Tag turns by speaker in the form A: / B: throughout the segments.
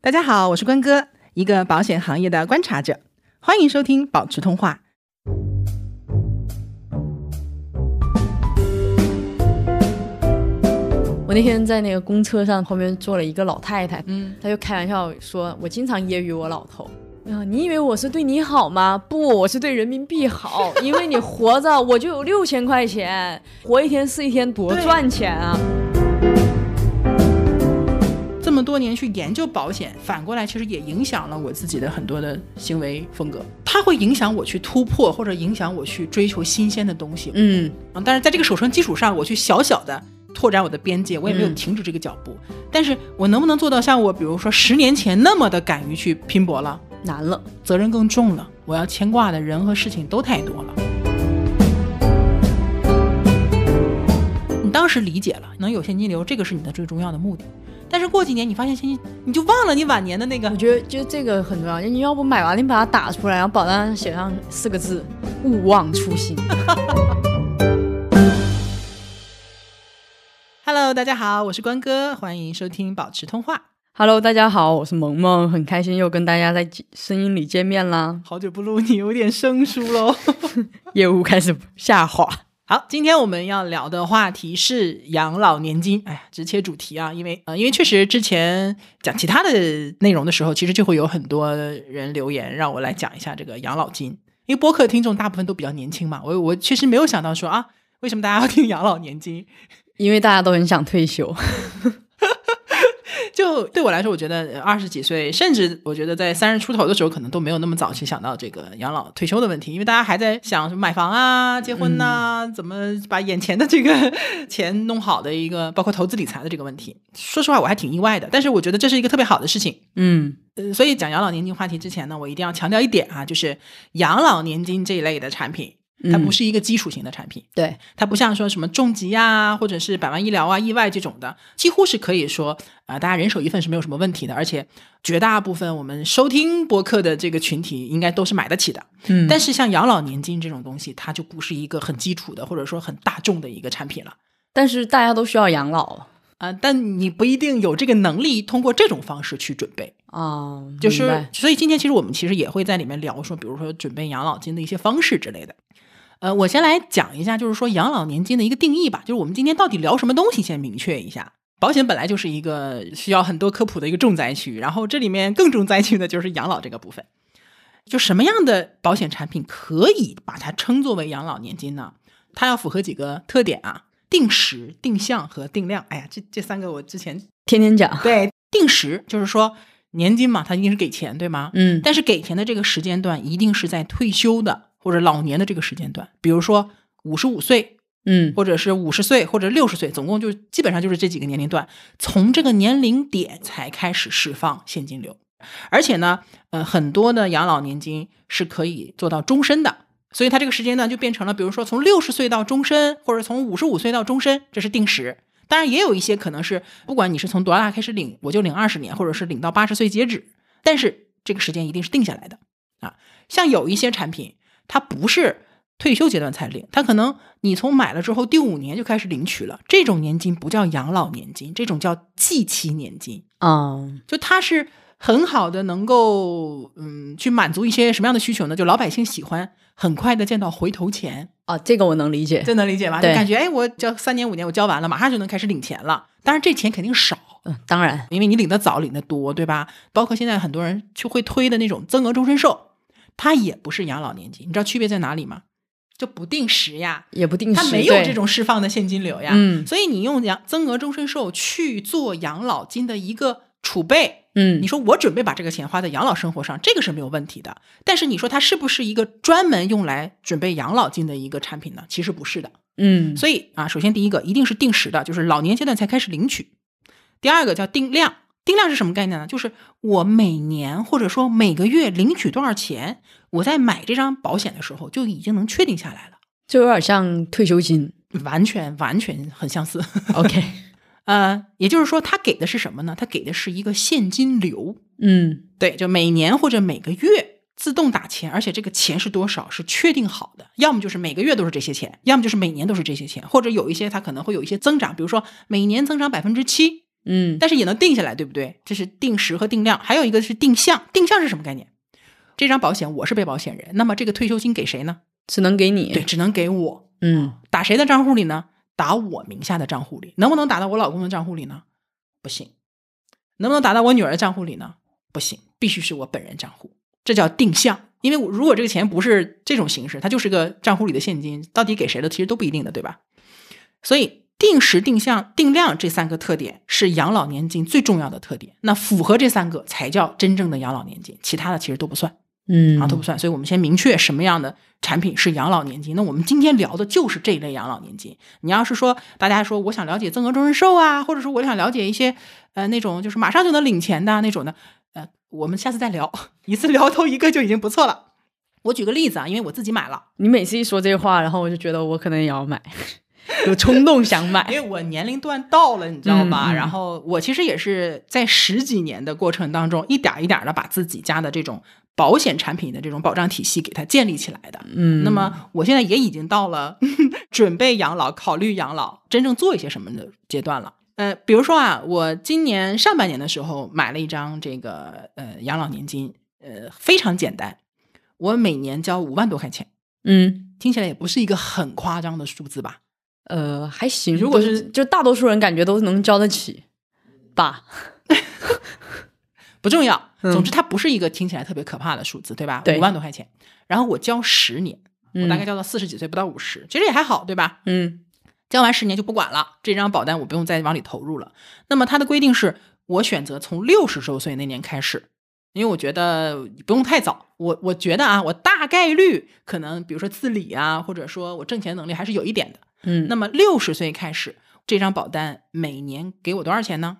A: 大家好，我是关哥，一个保险行业的观察者，欢迎收听保持通话。
B: 我那天在那个公车上，旁边坐了一个老太太，
A: 嗯，
B: 她就开玩笑说：“我经常揶揄我老头。”哎呀，你以为我是对你好吗？不，我是对人民币好，因为你活着我就有六千块钱，活一天是一天，多
A: 对
B: 赚钱啊！
A: 这么多年去研究保险，反过来其实也影响了我自己的很多的行为风格，它会影响我去突破，或者影响我去追求新鲜的东西。
B: 嗯，
A: 嗯，但是在这个守成基础上，我去小小的拓展我的边界，我也没有
B: 嗯
A: 停止这个脚步。但是我能不能做到像我，比如说十年前那么的敢于去拼搏了？
B: 难了，
A: 责任更重了，我要牵挂的人和事情都太多了。你当时理解了，能有现金流，这个是你的最重要的目的。但是过几年你发现现金，你就忘了你晚年的那个
B: 我觉得就这个很重要。你要不买完了，你把它打出来，然后保单上写上四个字：勿忘初心。
A: Hello，大家好，我是关哥，欢迎收听保持通话。
B: Hello，大家好，我是萌萌，很开心又跟大家在声音里见面啦。
A: 好久不录，你有点生疏喽。
B: 业务开始下滑，
A: 好，今天我们要聊的话题是养老年金。哎呀，直切主题啊，因为呃，因为确实之前讲其他的内容的时候，其实就会有很多人留言让我来讲一下这个养老金。因为播客听众大部分都比较年轻嘛，我我确实没有想到说啊，为什么大家要听养老年金？
B: 因为大家都很想退休。
A: 就对我来说，我觉得呃二十几岁，甚至我觉得在三十出头的时候，可能都没有那么早去想到这个养老退休的问题，因为大家还在想什么买房啊、结婚呐、怎么把眼前的这个 钱弄好的一个，包括投资理财的这个问题。说实话，我还挺意外的，但是我觉得这是一个特别好的事情。
B: 嗯，
A: 呃，所以讲养老年金话题之前呢，我一定要强调一点啊，就是养老年金这一类的产品，它不
B: 是
A: 是一个基础型的产品。
B: 对，
A: 它不像说什么重疾啊，或者是百万医疗啊、意外这种的，几乎是可以说啊、大家人手一份是没有什么问题的。而且绝大部分我们收听播客的这个群体，应该都是买得起的。
B: 嗯
A: 但是像养老年金这种东西，它就不是一个很基础的，或者说很大众的一个产品了。
B: 但是大家都需要养老
A: 啊、但你不一定有这个能力通过这种方式去准备，
B: 啊，
A: 就是
B: 明白
A: 所以今天其实我们其实也会在里面聊说，比如说准备养老金的一些方式之类的。呃，我先来讲一下，就是说养老年金的一个定义吧，就是我们今天到底聊什么东西，先明确一下。保险本来就是一个需要很多科普的一个重灾区，然后这里面更重灾区的就是养老这个部分。就什么样的保险产品可以把它称作为养老年金呢？它要符合几个特点啊：定时、定向和定量。哎呀，这这三个我之前
B: 天天讲，
A: 对定时就是说年金嘛，它一定是给钱，对吗？
B: 嗯，
A: 但是给钱的这个时间段一定是在退休的或者老年的这个时间段，比如说五十五岁，
B: 嗯
A: 或者是五十岁，或者六十岁，总共就基本上就是这几个年龄段，从这个年龄点才开始释放现金流。而且呢，呃，很多的养老年金是可以做到终身的，所以它这个时间段就变成了，比如说从六十岁到终身，或者从五十五岁到终身，这是定时。当然，也有一些可能是，不管你是从多大开始领，我就领二十年，或者是领到八十岁截止，但是这个时间一定是定下来的啊。像有一些产品，它不是退休阶段才领，它可能你从买了之后第五年就开始领取了，这种年金不叫养老年金，这种叫计期年金，
B: 啊，
A: 就它是很好的能够嗯去满足一些什么样的需求呢？就老百姓喜欢很快的见到回头钱，
B: 啊，这个我能理解，
A: 这能理解吧？就
B: 对
A: 感觉哎，我交三年五年我交完了，马上就能开始领钱了，当然这钱肯定少。
B: 嗯，当然，
A: 因为你领的早，领的多，对吧？包括现在很多人就会推的那种增额终身寿，它也不是养老年金，你知道区别在哪里吗？就不定时呀，
B: 也不定时，
A: 它没有
B: 嗯对
A: 这，种释放的现金流呀，
B: 嗯
A: 所以你用养增额终身寿去做养老金的一个储备，
B: 嗯
A: 你，说我准备把这个钱花在养老生活上，这个是没有问题的。但是你说它是不是一个专门用来准备养老金的一个产品呢？其实不是的。
B: 嗯，
A: 所以啊，首先第一个一定是定时的，就是老年阶段才开始领取。第二个叫定量，定量是什么概念呢？就是我每年或者说每个月领取多少钱，我在买这张保险的时候就已经能确定下来了，
B: 就有点像退休金
A: 完全完全很相似。
B: ，OK，
A: 呃，也就是说，它给的是什么呢？它给的是一个现金流，
B: 嗯
A: 对，就每年或者每个月自动打钱，而且这个钱是多少是确定好的，要么就是每个月都是这些钱，要么就是每年都是这些钱，或者有一些它可能会有一些增长，比如说每年增长百分之七，
B: 嗯
A: 但是也能定下来，对不对？这是定时和定量，还有一个是定向。定向是什么概念？这张保险我是被保险人，那么这个退休金给谁呢？
B: 只能给你。
A: 对，，只能给我。
B: 嗯
A: 打谁的账户里呢？打我名下的账户里，能不能打到我老公的账户里呢？不行。能不能打到我女儿的账户里呢？不行，必须是我本人账户，这叫定向。因为我如果这个钱不是这种形式，它就是个账户里的现金，到底给谁的其实都不一定的，对吧？所以定时、定向、定量这三个特点是养老年金最重要的特点。那符合这三个才叫真正的养老年金，其他的其实都不算。
B: 嗯
A: 啊都不算。所以我们先明确什么样的产品是养老年金。那我们今天聊的就是这一类养老年金。你要是说大家说我想了解增额终身寿啊，或者说我想了解一些呃那种就是马上就能领钱的那种的，呃，我们下次再聊， 一次聊透一个就已经不错了。我举个例子啊，因为我自己买了，
B: 你每次一说这话，然后我就觉得我可能 也要买，有冲动想买。
A: 因为我年龄段到了，你知道吧？
B: 嗯嗯
A: 然后我其实也是在十几年的过程当中，一点儿一点的把自己家的这种保险产品的这种保障体系给它建立起来的。
B: 嗯
A: 那么我现在也已经到了 准备养老、考虑养老、真正做一些什么的阶段了。呃，比如说啊，我今年上半年的时候买了一张这个呃养老年金，呃非常简单，我每年交五万多块钱，
B: 嗯
A: 听起来也不是一个很夸张的数字吧？
B: 呃还行，
A: 如果
B: 都
A: 是
B: 就大多数人感觉都能交得起吧？
A: 不重要，
B: 嗯
A: 总之它不是一个听起来特别可怕的数字，对吧？
B: 对
A: 五万多块钱，然后我交十年，我
B: 嗯
A: 大概交到四十几岁，不到五十，其实也还好，对吧？
B: 嗯
A: 交完十年就不管了，这张保单我不用再往里投入了。那么它的规定是我选择从六十周岁那年开始，因为我觉得不用太早。我我觉得啊，我大概率可能，比如说自理啊，或者说我挣钱能力还是有一点的。
B: 嗯
A: 那么六十岁开始，这张保单每年给我多少钱呢？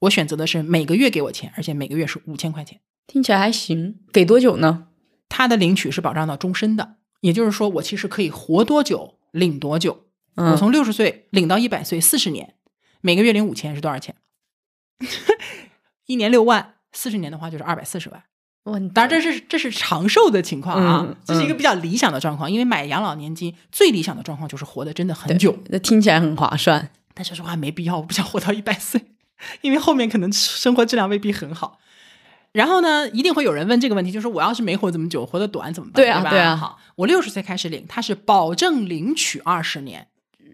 A: 我选择的是每个月给我钱，而且每个月是五千块钱。
B: 听起来还行，给多久呢？
A: 它的领取是保障到终身的，也就是说，我其实可以活多久领多久。
B: 嗯，
A: 我从六十岁领到一百岁，四十年，每个月领五千是多少钱？ 一年六万，四十年的话就是二百四十万。
B: 哇你
A: 哦当然，这是这是长寿的情况啊，
B: 嗯
A: 这是一个比较理想的状况。因为买养老年金最理想的状况就是活得真的很久，
B: 这听起来很划算。
A: 但是说实话没必要，我不想活到一百岁，因为后面可能生活质量未必很好。然后呢，一定会有人问这个问题，就是我要是没活这么久，活得短怎么办？
B: 对啊
A: 吧
B: 对啊
A: 好，我六十岁开始领，它是保证领取二十年。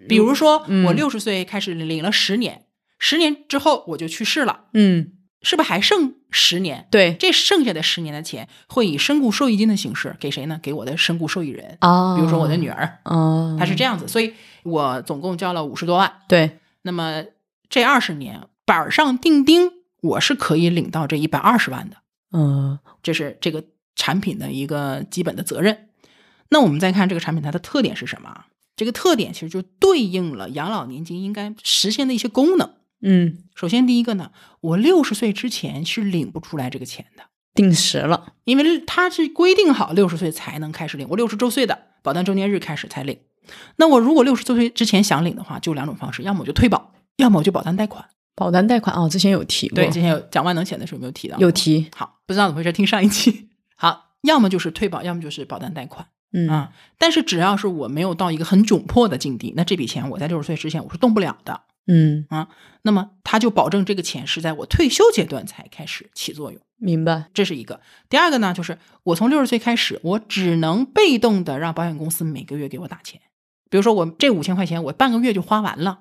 A: 比如说，
B: 嗯
A: 我六十岁开始领了十年，十年之后我就去世了，
B: 嗯，
A: 是不是还剩十年？
B: 对
A: 这剩下的十年的钱会以身故受益金的形式给谁呢？给我的身故受益人，
B: 啊，
A: 比如说我的女儿，
B: 啊，
A: 她是这样子，所以我总共交了五十多万。
B: 对，
A: 那么这二十年板上钉钉，我是可以领到这一百二十万的，
B: 嗯
A: 这是这个产品的一个基本的责任。那我们再看这个产品它的特点是什么啊？这个特点其实就对应了养老年金应该实现的一些功能。
B: 嗯，
A: 首先，第一个呢，我六十岁之前是领不出来这个钱的，
B: 定时了。
A: 因为它是规定好六十岁才能开始领，我六十周岁的保单周年日开始才领。那我如果六十周岁之前想领的话，就两种方式，要么我就退保，要么我就保单贷款。
B: 保单贷款哦，之前有提过，
A: 对，之前有讲万能险的时候有没有提到？
B: 有。提，
A: 好，不知道怎么回事，听上一期。好，要么就是退保，要么就是保单贷款
B: 嗯
A: 啊、但是只要是我没有到一个很窘迫的境地，那这笔钱我在六十岁之前我是动不了的。
B: 嗯，
A: 那么它就保证这个钱是在我退休阶段才开始起作用，
B: 明白，
A: 这是一个。第二个呢，就是我从六十岁开始，我只能被动的让保险公司每个月给我打钱。比如说我这五千块钱，我半个月就花完了，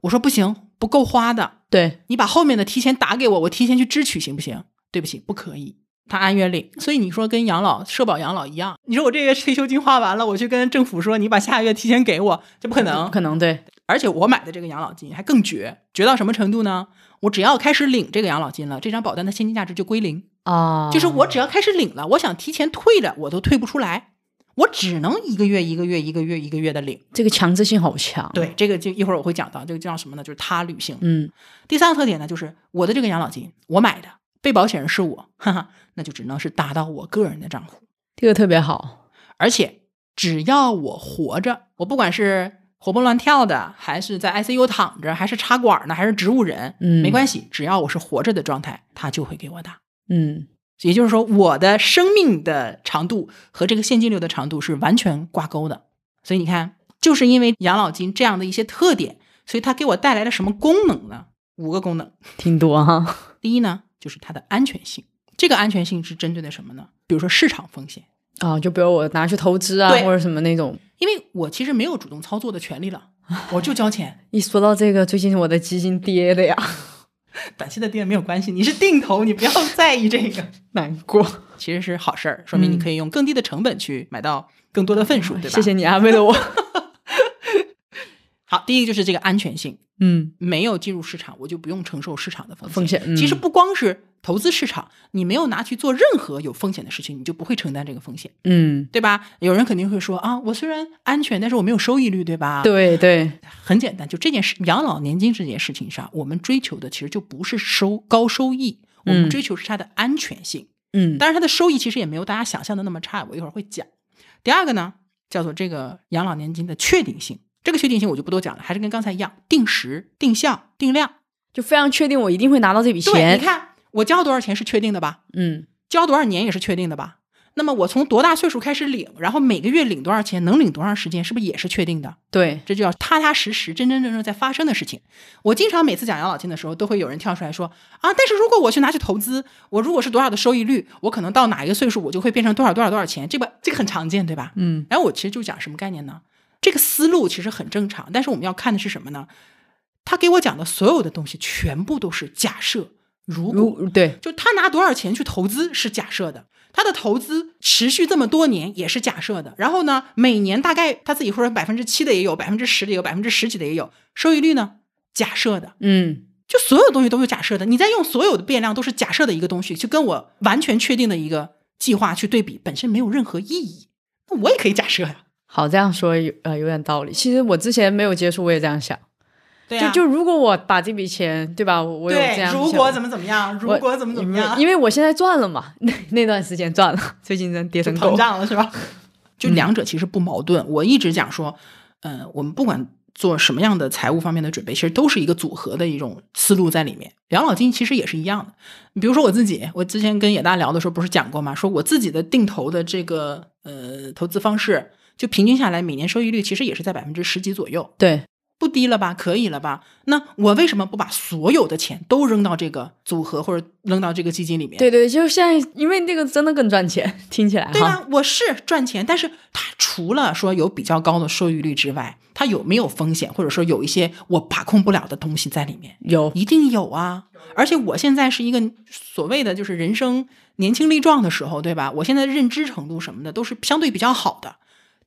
A: 我说不行，不够花的，
B: 对，
A: 你把后面的提前打给我，我提前去支取行不行？对不起，不可以。他按月领，所以你说跟养老社保养老一样，你说我这个退休金花完了，我去跟政府说你把下个月提前给我，这不可能
B: 不。嗯可能对，
A: 而且我买的这个养老金还更绝，绝到什么程度呢？我只要开始领这个养老金了，这张保单的现金价值就归零，
B: 啊，
A: 就是我只要开始领了，我想提前退了，我都退不出来，我只能一个月一个月一个月一个月的领。
B: 这个强制性好强，，
A: 对，这个就一会儿我会讲到，这个叫什么呢？就是他律性。
B: 嗯
A: 第三个特点呢，就是我的这个养老金我买的，被保险人是我，哈哈，那就只能是打到我个人的账户，
B: 这个特别好，
A: 而且只要我活着，我不管是活蹦乱跳的，还是在 ICU 躺着，还是插管呢，还是植物人，
B: 嗯
A: 没关系，只要我是活着的状态，他就会给我打。
B: 嗯
A: 也就是说，我的生命的长度和这个现金流的长度是完全挂钩的。所以你看，就是因为养老金这样的一些特点，所以它给我带来了什么功能呢？五个功能。
B: 挺多哈。
A: 第一呢，就是它的安全性。这个安全性是针对的什么呢？比如说市场风险，
B: 啊，就比如我拿去投资啊，
A: 对
B: 或者什么那种。
A: 因为我其实没有主动操作的权利 了，我就交钱。
B: 一说到这个，最近我的基金跌的呀，
A: 短期的跌没有关系，你是定投，你不要在意这 个，
B: 难过。
A: 其实是好事儿，说明你
B: 嗯
A: 可以用更低的成本去买到更多的份数，对吧？
B: 谢谢。你安慰 了我。
A: 好，第一个就是这个安全性，
B: 嗯，
A: 没有进入市场，我就不用承受市场的风险。
B: 风险、嗯
A: 其实不光是投资市场，你没有拿去做任何有风险的事情，你就不会承担这个风险，
B: 嗯，
A: 对吧？有人肯定会说啊，我虽然安全，但是我没有收益率，对吧？，
B: 对对，
A: 很简单，就这件事，养老年金这件事情上，我们追求的其实就不是收高收益，我们
B: 嗯
A: 追求是它的安全性。
B: 嗯，
A: 当然，它的收益其实也没有大家想象的那么差，我一会儿会讲。第二个呢，叫做这个养老年金的确定性。这个确定性我就不多讲了，还是跟刚才一样，定时、定向、定量。
B: 就非常确定我一定会拿到这笔
A: 对，
B: 钱
A: 你。看我交多少钱是确定的吧？
B: 嗯，
A: 交多少年也是确定的吧？那么我从多大岁数开始领，然后每个月领多少钱，能领多长时间，是不是也是确定的？
B: 对，
A: 这就叫踏踏实实、真真正正在发生的事情。我经常每次讲养老金的时候，都会有人跳出来说啊，但是如果我去拿去投资，我如果是多少的收益率，我可能到哪一个岁数，我就会变成多少多少多少钱，这个这个很常见，对吧？
B: 嗯
A: 然后我其实就讲什么概念呢？这个思路其实很正常，但是我们要看的是什么呢？他给我讲的所有的东西，全部都是假设，如果
B: 如对，
A: 就他拿多少钱去投资是假设的，他的投资持续这么多年也是假设的。然后呢，每年大概他自己说百分之七的也有，百分之十的也有，百分之十几的也有，收益率呢假设的，
B: 嗯
A: 就所有东西都是假设的。你在用所有的变量都是假设的一个东西，去跟我完全确定的一个计划去对比，本身没有任何意义。那我也可以假设呀、
B: 好，这样说有呃有点道理。其实我之前没有接触，我也这样想。
A: 对啊
B: 就就如果我把这笔钱，对吧？啊我我有这
A: 对，
B: 样
A: 如
B: 想
A: 果怎么怎么样，如
B: 我
A: 果怎么怎么样，
B: 因为我现在赚了嘛，那那段时间赚了， 最近真跌成狗
A: 膨。胀了是吧？ 就两者其实不矛盾。我一直讲说，呃，我们不管做什么样的财务方面的准备，其实都是一个组合的一种思路在里面。养老金其实也是一样的。你比如说我自己，我之前跟野大聊的时候不是讲过吗？说我自己的定投的这个呃投资方式，就平均下来每年收益率其实也是在百分之十几左右，
B: 对，
A: 不低了吧？可以了吧？那我为什么不把所有的钱都扔到这个组合或者扔到这个基金里面？
B: 对对，就是现在，因为这个真的更赚钱，听起来
A: 对
B: 哈，
A: 啊，我是赚钱，但是它除了说有比较高的收益率之外，它有没有风险，或者说有一些我把控不了的东西在里面？
B: 有
A: 一定有啊！而且我现在是一个所谓的就是人生年轻力壮的时候，对吧？我现在认知程度什么的都是相对比较好的，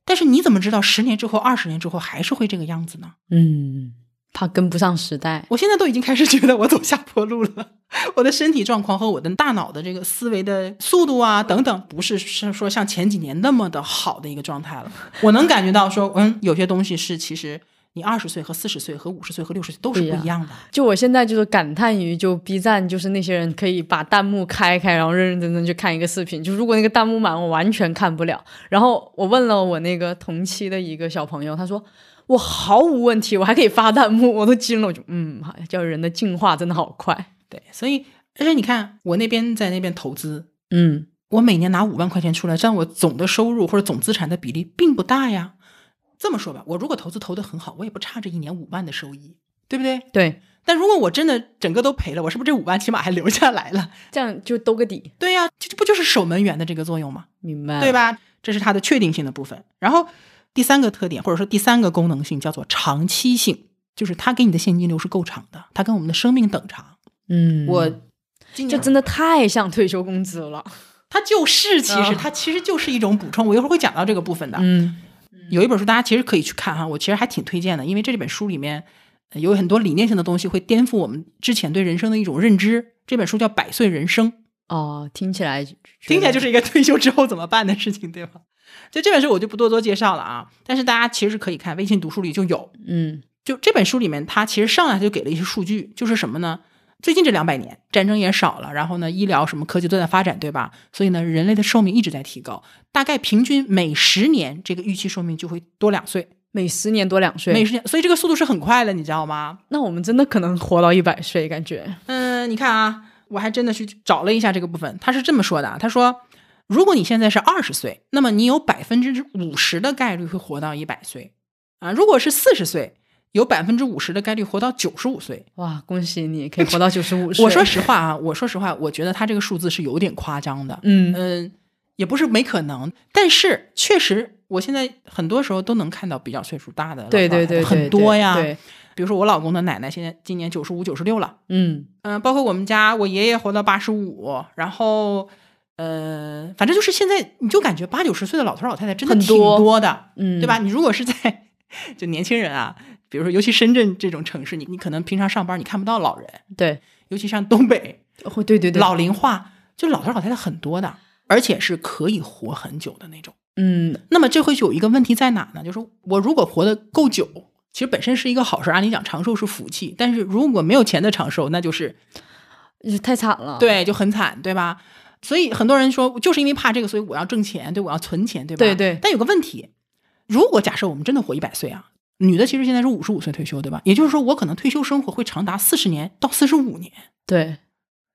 A: 但是你怎么知道十年之后、二十年之后还是会这个样子呢？
B: 嗯，怕跟不上时代，
A: 我现在都已经开始觉得我走下坡路了，我的身体状况和我的大脑的这个思维的速度啊等等，不是是说像前几年那么的好的一个状态了。我能感觉到说，嗯，有些东西是其实你二十岁和四十岁和五十岁和六十岁都是不一样的。
B: 就我现在就是感叹于，就 B 站就是那些人可以把弹幕开开，然后认认真真去看一个视频。就如果那个弹幕满，我完全看不了。然后我问了我那个同期的一个小朋友，他说我毫无问题，我还可以发弹幕，我都惊了。我就嗯，好叫人的进化真的好快。
A: 对，所以而且你看，我那边在那边投资，
B: 嗯，
A: 我每年拿五万块钱出来，占我总的收入或者总资产的比例并不大呀。这么说吧，我如果投资投的很好，我也不差这一年五万的收益，对不对？
B: 对，
A: 但如果我真的整个都赔了，我是不是这五万起码还留下来了？
B: 这样就兜个底，
A: 对呀、这这不就是守门员的这个作用吗？
B: 明白？
A: 对？吧？这是它的确定性的部分。然后第三个特点，或者说第三个功能性，叫做长期性，就是它给你的现金流是够长的，它跟我们的生命等长。
B: 嗯，
A: 我今
B: 这
A: 年
B: 真的太像退休工资了。
A: 它就是，其实
B: 啊
A: 它其实就是一种补充。我一会儿会讲到这个部分的。
B: 嗯
A: 有一本书大家其实可以去看哈，我其实还挺推荐的，因为这本书里面呃有很多理念性的东西会颠覆我们之前对人生的一种认知。这本书叫《百岁人生》。
B: 哦，听起来
A: 听起来就是是一个退休之后怎么办的事情，对吧？就这本书我就不多做介绍了啊，但是大家其实可以看微信读书里就有，
B: 嗯
A: 就这本书里面它其实上来就给了一些数据，就是什么呢？最近这两百年战争也少了，然后呢医疗什么科技都在发展，对吧？所以呢人类的寿命一直在提高，大概平均每十年这个预期寿命就会多两岁，
B: 每十年多两岁，
A: 每十年，所以这个速度是很快的，你知道吗？
B: 那我们真的可能活到一百岁，感觉。
A: 嗯，你看啊，我还真的去找了一下这个部分，他是这么说的啊，他说，如果你现在是二十岁，那么你有百分之五十的概率会活到一百岁啊；如果是四十岁，有百分之五十的概率活到九十五岁。
B: 哇，恭喜你可以活到九十 五岁。
A: 我说实话啊，我说实话，我觉得他这个数字是有点夸张的。
B: 嗯，
A: 嗯，也不是没可能，但是确实，我现在很多时候都能看到比较岁数大的老
B: 对
A: 头老
B: 对
A: 太太
B: 对，
A: 很
B: 对
A: 多呀。
B: 对，
A: 比如说我老公的奶奶现在今年九十五、九十六了，
B: 嗯
A: 嗯、包括我们家我爷爷活到八十五，然后呃，反正就是现在你就感觉八九十岁的老头老太太真的
B: 很
A: 挺
B: 多
A: 多的，
B: 嗯，
A: 对吧？？你如果是在就年轻人啊，比如说尤其深圳这种城市，你你可能平常上班你看不到老人，
B: 对，
A: 尤其像东北，
B: 哦对对对，
A: 老龄化，就老头老太太很多的，而且是可以活很久的那种。
B: 嗯
A: 那么这会有一个问题在哪呢？就是我如果活得够久，其实本身是一个好事。按理讲，长寿是福气，但是如果没有钱的长寿，那就是
B: 太惨了。，
A: 对，就很惨，对吧？所以很多人说，就是因为怕这个，所以我要挣钱，对，我要存钱，对吧？
B: 对对
A: 但有个问题，如果假设我们真的活一百岁啊，女的其实现在是五十五岁退休，对吧？也就是说，我可能退休生活会长达四十年到四十五年。
B: 对，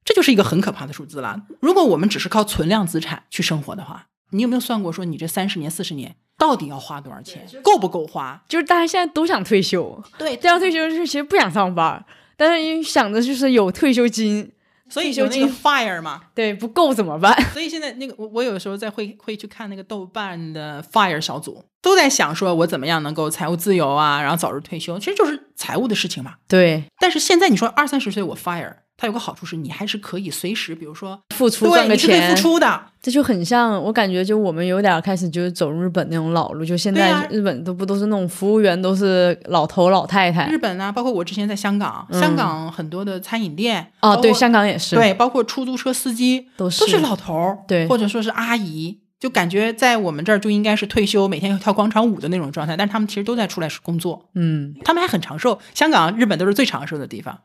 A: 这就是一个很可怕的数字了。如果我们只是靠存量资产去生活的话，你有没有算过说你这三十年、四十年到底要花多少钱，够不够花？
B: 就是大家现在都想退休，
A: 对，
B: 这样退休就是其实不想上班儿，但是因为想着就是有退休金，
A: 所以
B: 退休
A: 有那个
B: 金
A: fire 嘛。
B: 对，不够怎么办？
A: 所以现在那个我我有时候在会会去看那个豆瓣的 fire 小组，都在想说我怎么样能够财务自由啊，然后早日退休，其实就是财务的事情嘛。
B: 对，
A: 但是现在你说二三十岁我 fire，它有个好处是你还是可以随时，比如说
B: 付出
A: 对
B: 赚个
A: 你是可以
B: 钱
A: 付，出的，
B: 这就很像我感觉就我们有点开始就是走日本那种老路，就现
A: 对啊
B: 在日本都不都是那种服务员都是老头老太太
A: 日本啊，包括我之前在香港，
B: 哎嗯
A: 香港很多的餐饮店
B: 哦，
A: 包
B: 对，
A: 括
B: 香港也是，
A: 对，包括出租车司机
B: 都
A: 都是老头儿，
B: 对
A: 或者说是阿姨，就感觉在我们这儿就应该是退休，每天跳广场舞的那种状态，但是他们其实都在出来工作，
B: 嗯，
A: 他们还很长寿。香港、日本都是最长寿的地方，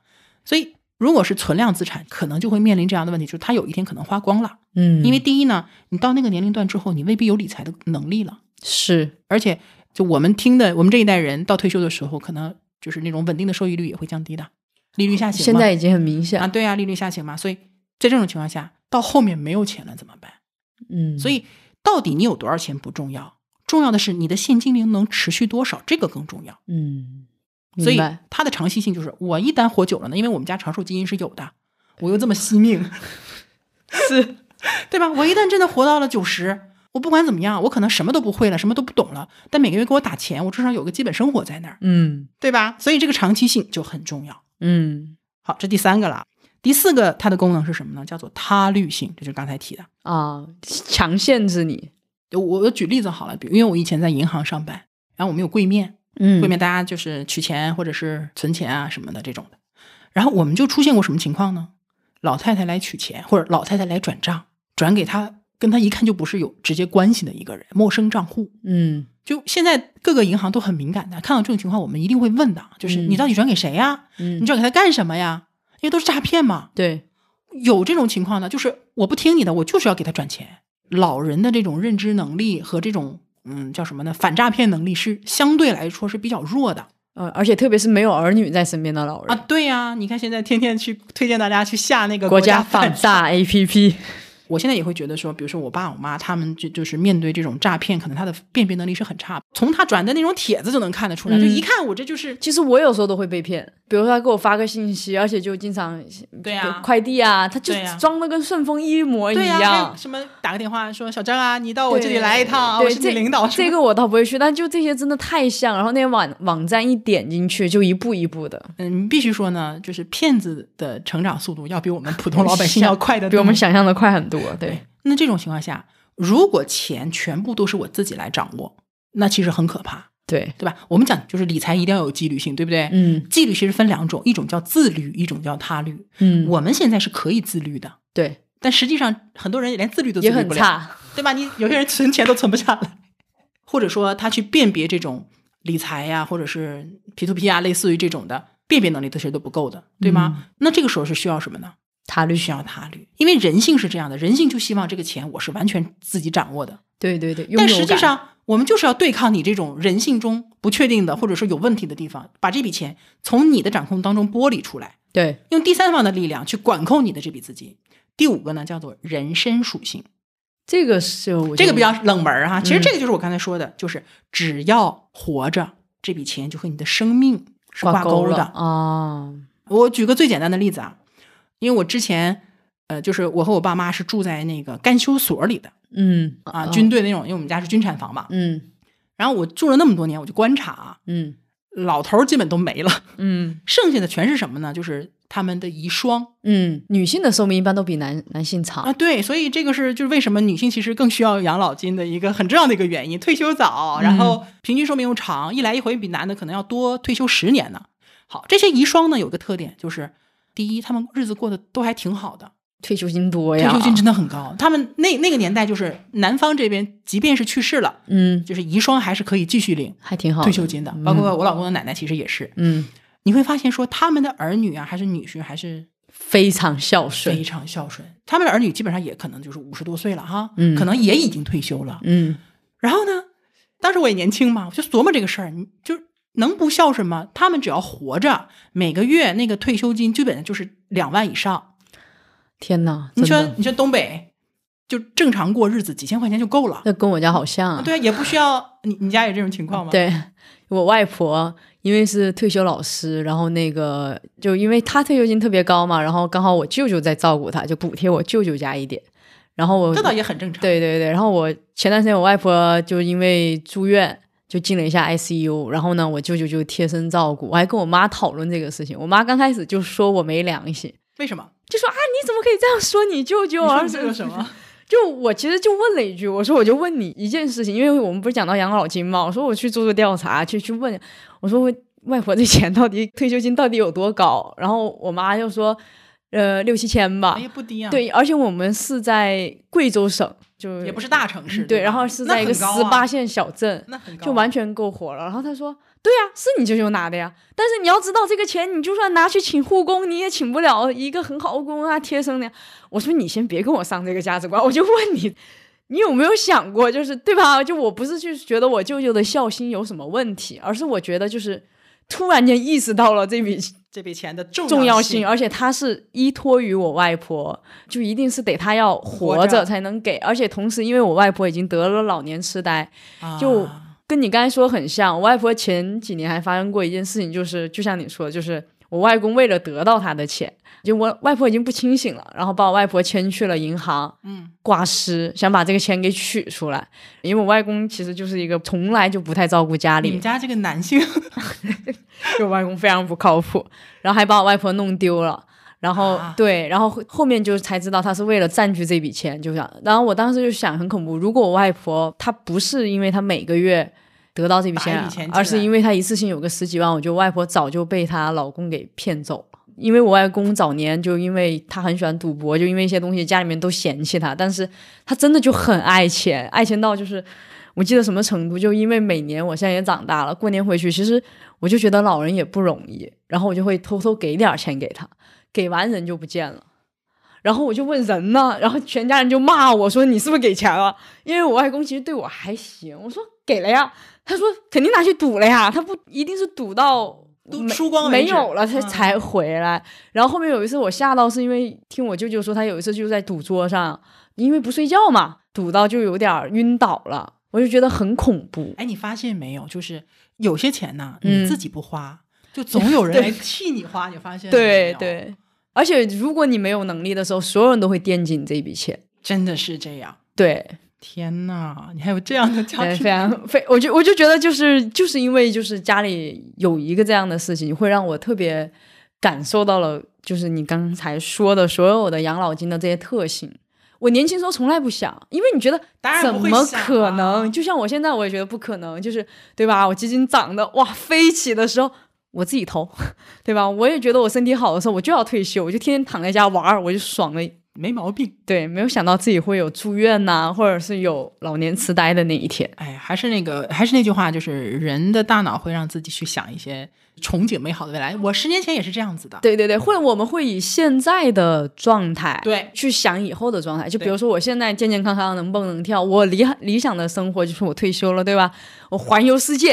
A: 所以如果是存量资产，可能就会面临这样的问题，就是他有一天可能花光了，
B: 嗯，
A: 因为第一呢，你到那个年龄段之后，你未必有理财的能力了，
B: 是
A: 而且就我们听的，我们这一代人到退休的时候，可能就是那种稳定的收益率也会降低的，利率下行嘛。
B: 现在已经很明显
A: 啊，，对呀、利率下行嘛，所以在这种情况下，到后面没有钱了怎么办？
B: 嗯，
A: 所以到底你有多少钱不重要，重要的是你的现金流能持续多少，这个更重要。
B: 嗯，
A: 所以
B: 明白
A: 它的长期性就是，我一旦活久了呢，因为我们家长寿基因是有的，我又这么惜 命，
B: 是
A: 对吧？我一旦真的活到了九十，我不管怎么样，我可能什么都不会了，什么都不懂了，但每个月给我打钱，我至少有个基本生活在那儿，
B: 嗯
A: 对吧？所以这个长期性就很重要。
B: 嗯
A: 好，这第三个了。第四个，它的功能是什么呢？叫做他律性，这就是刚才提的。
B: 啊，强限制你，
A: 我我举例子好了，比如因为我以前在银行上班，然后我们有柜面，
B: 嗯
A: 柜面大家就是取钱或者是存钱啊什么的这种的，然后我们就出现过什么情况呢？老太太来取钱，或者老太太来转账，转给她跟她一看就不是有直接关系的一个人，陌生账户。
B: 嗯
A: 就现在各个银行都很敏感的，看到这种情况，我们一定会问的，就是
B: 嗯
A: 你到底转给谁呀、
B: 嗯
A: 你，转给他干什么呀？因为都是诈骗嘛。
B: 对，
A: 有这种情况呢，就是我不听你的，我就是要给他转钱。老人的这种认知能力和这种嗯叫什么呢，反诈骗能力是相对来说是比较弱的
B: 呃，而且特别是没有儿女在身边的老
A: 啊。
B: 人，
A: 对呀、你看现在天天去推荐大家去下那个
B: 国
A: 家
B: 家 反
A: 诈，
B: 诈 A P P，
A: 我现在也会觉得说，比如说我爸我妈他们就就是面对这种诈骗，可能他的辨别能力是很差的，从他转的那种帖子就能看得出来，
B: 嗯
A: 就一看我这就是
B: 其实我有时候都会被骗，比如说他给我发个信息，而且就经常
A: 对呀、
B: 快递啊，他就
A: 对呀
B: 装的跟顺丰一模一
A: 对呀、还
B: 样
A: 有。什么打个电话说小张啊，你到
B: 对
A: 我这里来一趟啊，
B: 对
A: 我是你
B: 这
A: 领导，
B: 这个我倒不会去，但就这些真的太像。然后那些网网站一点进去，就一步一步的，
A: 嗯，必须说呢，就是骗子的成长速度要比我们普通老百姓
B: 想
A: 要快得多。
B: 比我们想象的快很多。对，
A: 那这种情况下，如果钱全部都是我自己来掌握，那其实很可怕，
B: 对，
A: 对吧？我们讲就是理财一定要有纪律性，对不对？
B: 嗯
A: 纪律其实分两种，一种叫自律，一种叫他律。
B: 嗯，
A: 我们现在是可以自律的，
B: 对
A: 但实际上很多人连自律都自
B: 也
A: 律
B: 很
A: 不了，
B: 差。
A: 对吧？你有些人存钱都存不下来，或者说他去辨别这种理财呀、或者是 P to P 啊，类似于这种的辨别能力，其实都不够的，对吗？那这个时候是需要什么呢？
B: 嗯他律
A: 必须要他律，因为人性是这样的，人性就希望这个钱我是完全自己掌握的。
B: 对对对，
A: 但
B: 拥有
A: 实际
B: 感
A: 上，我们就是要对抗你这种人性中不确定的，或者说有问题的地方，把这笔钱从你的掌控当中剥离出来，
B: 对
A: 用第三方的力量去管控你的这笔资金。第五个呢，叫做人身属性，
B: 这个是我
A: 这个
B: 就嗯
A: 比较冷门儿啊哈、其实这个就是我刚才说的，就是只要活着，这笔钱就和你的生命是挂
B: 钩
A: 的
B: 啊、哦。
A: 我举个最简单的例子啊，因为我之前呃，就是我和我爸妈是住在那个干休所里的，
B: 嗯
A: 啊，
B: 哦
A: 军队那种，因为我们家是军产房嘛。
B: 嗯
A: 然后我住了那么多年，我就观察啊，
B: 嗯
A: 老头儿基本都没了，
B: 嗯
A: 剩下的全是什么呢？就是他们的遗孀
B: 嗯，女性的寿命一般都比男男性长。
A: 啊，对，所以这个是就是为什么女性其实更需要养老金的一个很重要的一个原因。退休早，然后平均寿命又长，一来一回比男的可能要多退休十年呢。好，这些遗孀呢有个特点就是，第一，他们日子过得都还挺好的，
B: 退休金多
A: 退
B: 哎呀，
A: 休金真的很高。他们那那个年代就是南方这边，即便是去世了，
B: 嗯，
A: 就是遗孀还是可以继续领
B: 还挺好的。
A: 退休金的，包括我老公的奶奶其实也是。
B: 嗯，
A: 你会发现说他们的儿女啊，还是女婿，还是
B: 非常孝顺
A: 非。常孝顺。他们的儿女基本上也可能就是五十多岁了哈，
B: 嗯
A: 可能也已经退休了。
B: 嗯
A: 然后呢，当时我也年轻嘛，我就琢磨这个事儿，你就是能不孝顺吗？他们只要活着，每个月那个退休金基本上就是两万以上。
B: 天哪，
A: 你
B: 真
A: 说
B: 的，
A: 你说东北，就正常过日子，几千块钱就够了。
B: 那跟我家好像啊。
A: 对啊，也不需要你你家有这种情况吗？，
B: 对我外婆，因为是退休老师，然后那个就因为她退休金特别高嘛，然后刚好我舅舅在照顾她，就补贴我舅舅家一点。然后我
A: 这倒也很正常。，
B: 对对对，然后我前段时间我外婆就因为住院就进了一下 ICU，然后呢，我舅舅就贴身照顾，我还跟我妈讨论这个事情。我妈刚开始就说我没良心，
A: 为什么？
B: 就说啊你怎么可以这样说你舅舅
A: 你
B: 啊？
A: 说这个什么？
B: 就我其实就问了一句，我说我就问你一件事情，因为我们不是讲到养老金嘛，我说我去做做调查，去去问，我说我外婆这钱到底退休金到底有多高？然后我妈就说，呃，六七千吧
A: 哎。呀，不低啊。，
B: 对，而且我们是在贵州省，就
A: 也不是大城市。
B: 对，
A: 吧
B: 然后是在一个
A: 啊
B: 十八，线小镇，
A: 那很高啊、那很高啊、
B: 就完全够火了。然后他说：“对呀、是你舅舅拿的呀，但是你要知道，这个钱你就算拿去请护工，你也请不了一个很好的护工啊，贴身的呀。”我说：“你先别跟我上这个价值观，我就问你，你有没有想过，就是对吧？就我不是去觉得我舅舅的孝心有什么问题，而是我觉得就是突然间意识到了这笔
A: 这笔钱的重
B: 重要
A: 要
B: 性，而且他是依托于我外婆，就一定是得他要活
A: 活
B: 着
A: 着
B: 才能给，而且同时因为我外婆已经得了老年痴呆，
A: 啊
B: 就跟你刚才说很像。我外婆前几年还发生过一件事情，就是就像你说的，就是我外公为了得到她的钱，就我外婆已经不清醒了，然后把我外婆牵去了银行
A: 嗯
B: 挂失，想把这个钱给取出来。因为我外公其实就是一个从来就不太照顾家
A: 你
B: 里
A: 们，家这个男性
B: 就我外公非常不靠谱，然后还把我外婆弄丢了。然后、
A: 啊
B: 对，然后后后面就才知道他是为了占据这笔钱，就想。然后我当时就想，很恐怖。如果我外婆她不是因为她每个月得到这笔钱啊
A: 打一笔钱，进来
B: 而是因为她一次性有个十几万，我觉得外婆早就被她老公给骗走了。因为我外公早年就因为他很喜欢赌博，就因为一些东西家里面都嫌弃他，但是他真的就很爱钱，爱钱到就是我记得什么程度，就因为每年我现在也长大了，过年回去，其实我就觉得老人也不容易，然后我就会偷偷给点儿钱给他，给完人就不见了。然后我就问人呢，然后全家人就骂我说你是不是给钱了？因为我外公其实对我还行，我说给了呀，他说肯定拿去赌了呀，他不一定是赌到
A: 都
B: 没
A: 输光为
B: 没
A: 止
B: 有了他
A: 嗯
B: 才回来。然后后面有一次我吓到，是因为听我舅舅说他有一次就在赌桌上，因为不睡觉嘛，赌到就有点儿晕倒了，我就觉得很恐怖。
A: 哎，你发现没有？就是有些钱呐，
B: 嗯
A: 你自己不花，就总有人
B: 对
A: 来替你花。你发现没
B: 对
A: 有，
B: 对，而且如果你没有能力的时候，所有人都会惦记你这笔钱。
A: 真的是这样。
B: 对，
A: 天呐，你还有这样的家
B: 对
A: 庭
B: 非常非，我就我就觉得就是就是因为就是家里有一个这样的事情，会让我特别感受到了，就是你刚才说的所有的养老金的这些特性。我年轻时候从来不想，因为你觉得
A: 当然
B: 怎
A: 不会
B: 么
A: 想
B: 可
A: 啊
B: 能？就像我现在我也觉得不可能，就是对吧？我基金涨得哇飞起的时候，我自己投， 对吧？我也觉得我身体好的时候，我就要退休，我就天天躺在家玩儿，我就爽了。
A: 没毛病。
B: 对，没有想到自己会有住院呐、或者是有老年痴呆的那一天。
A: 哎，还是那个，还是那句话，就是人的大脑会让自己去想一些憧憬美好的未来。我十年前也是这样子的。
B: 对对对，或者我们会以现在的状态
A: 对
B: 去想以后的状态。就比
A: 对
B: 如说我现在健健康康，能蹦能跳，我理理想的生活就是我退休了，对吧？我环游世界。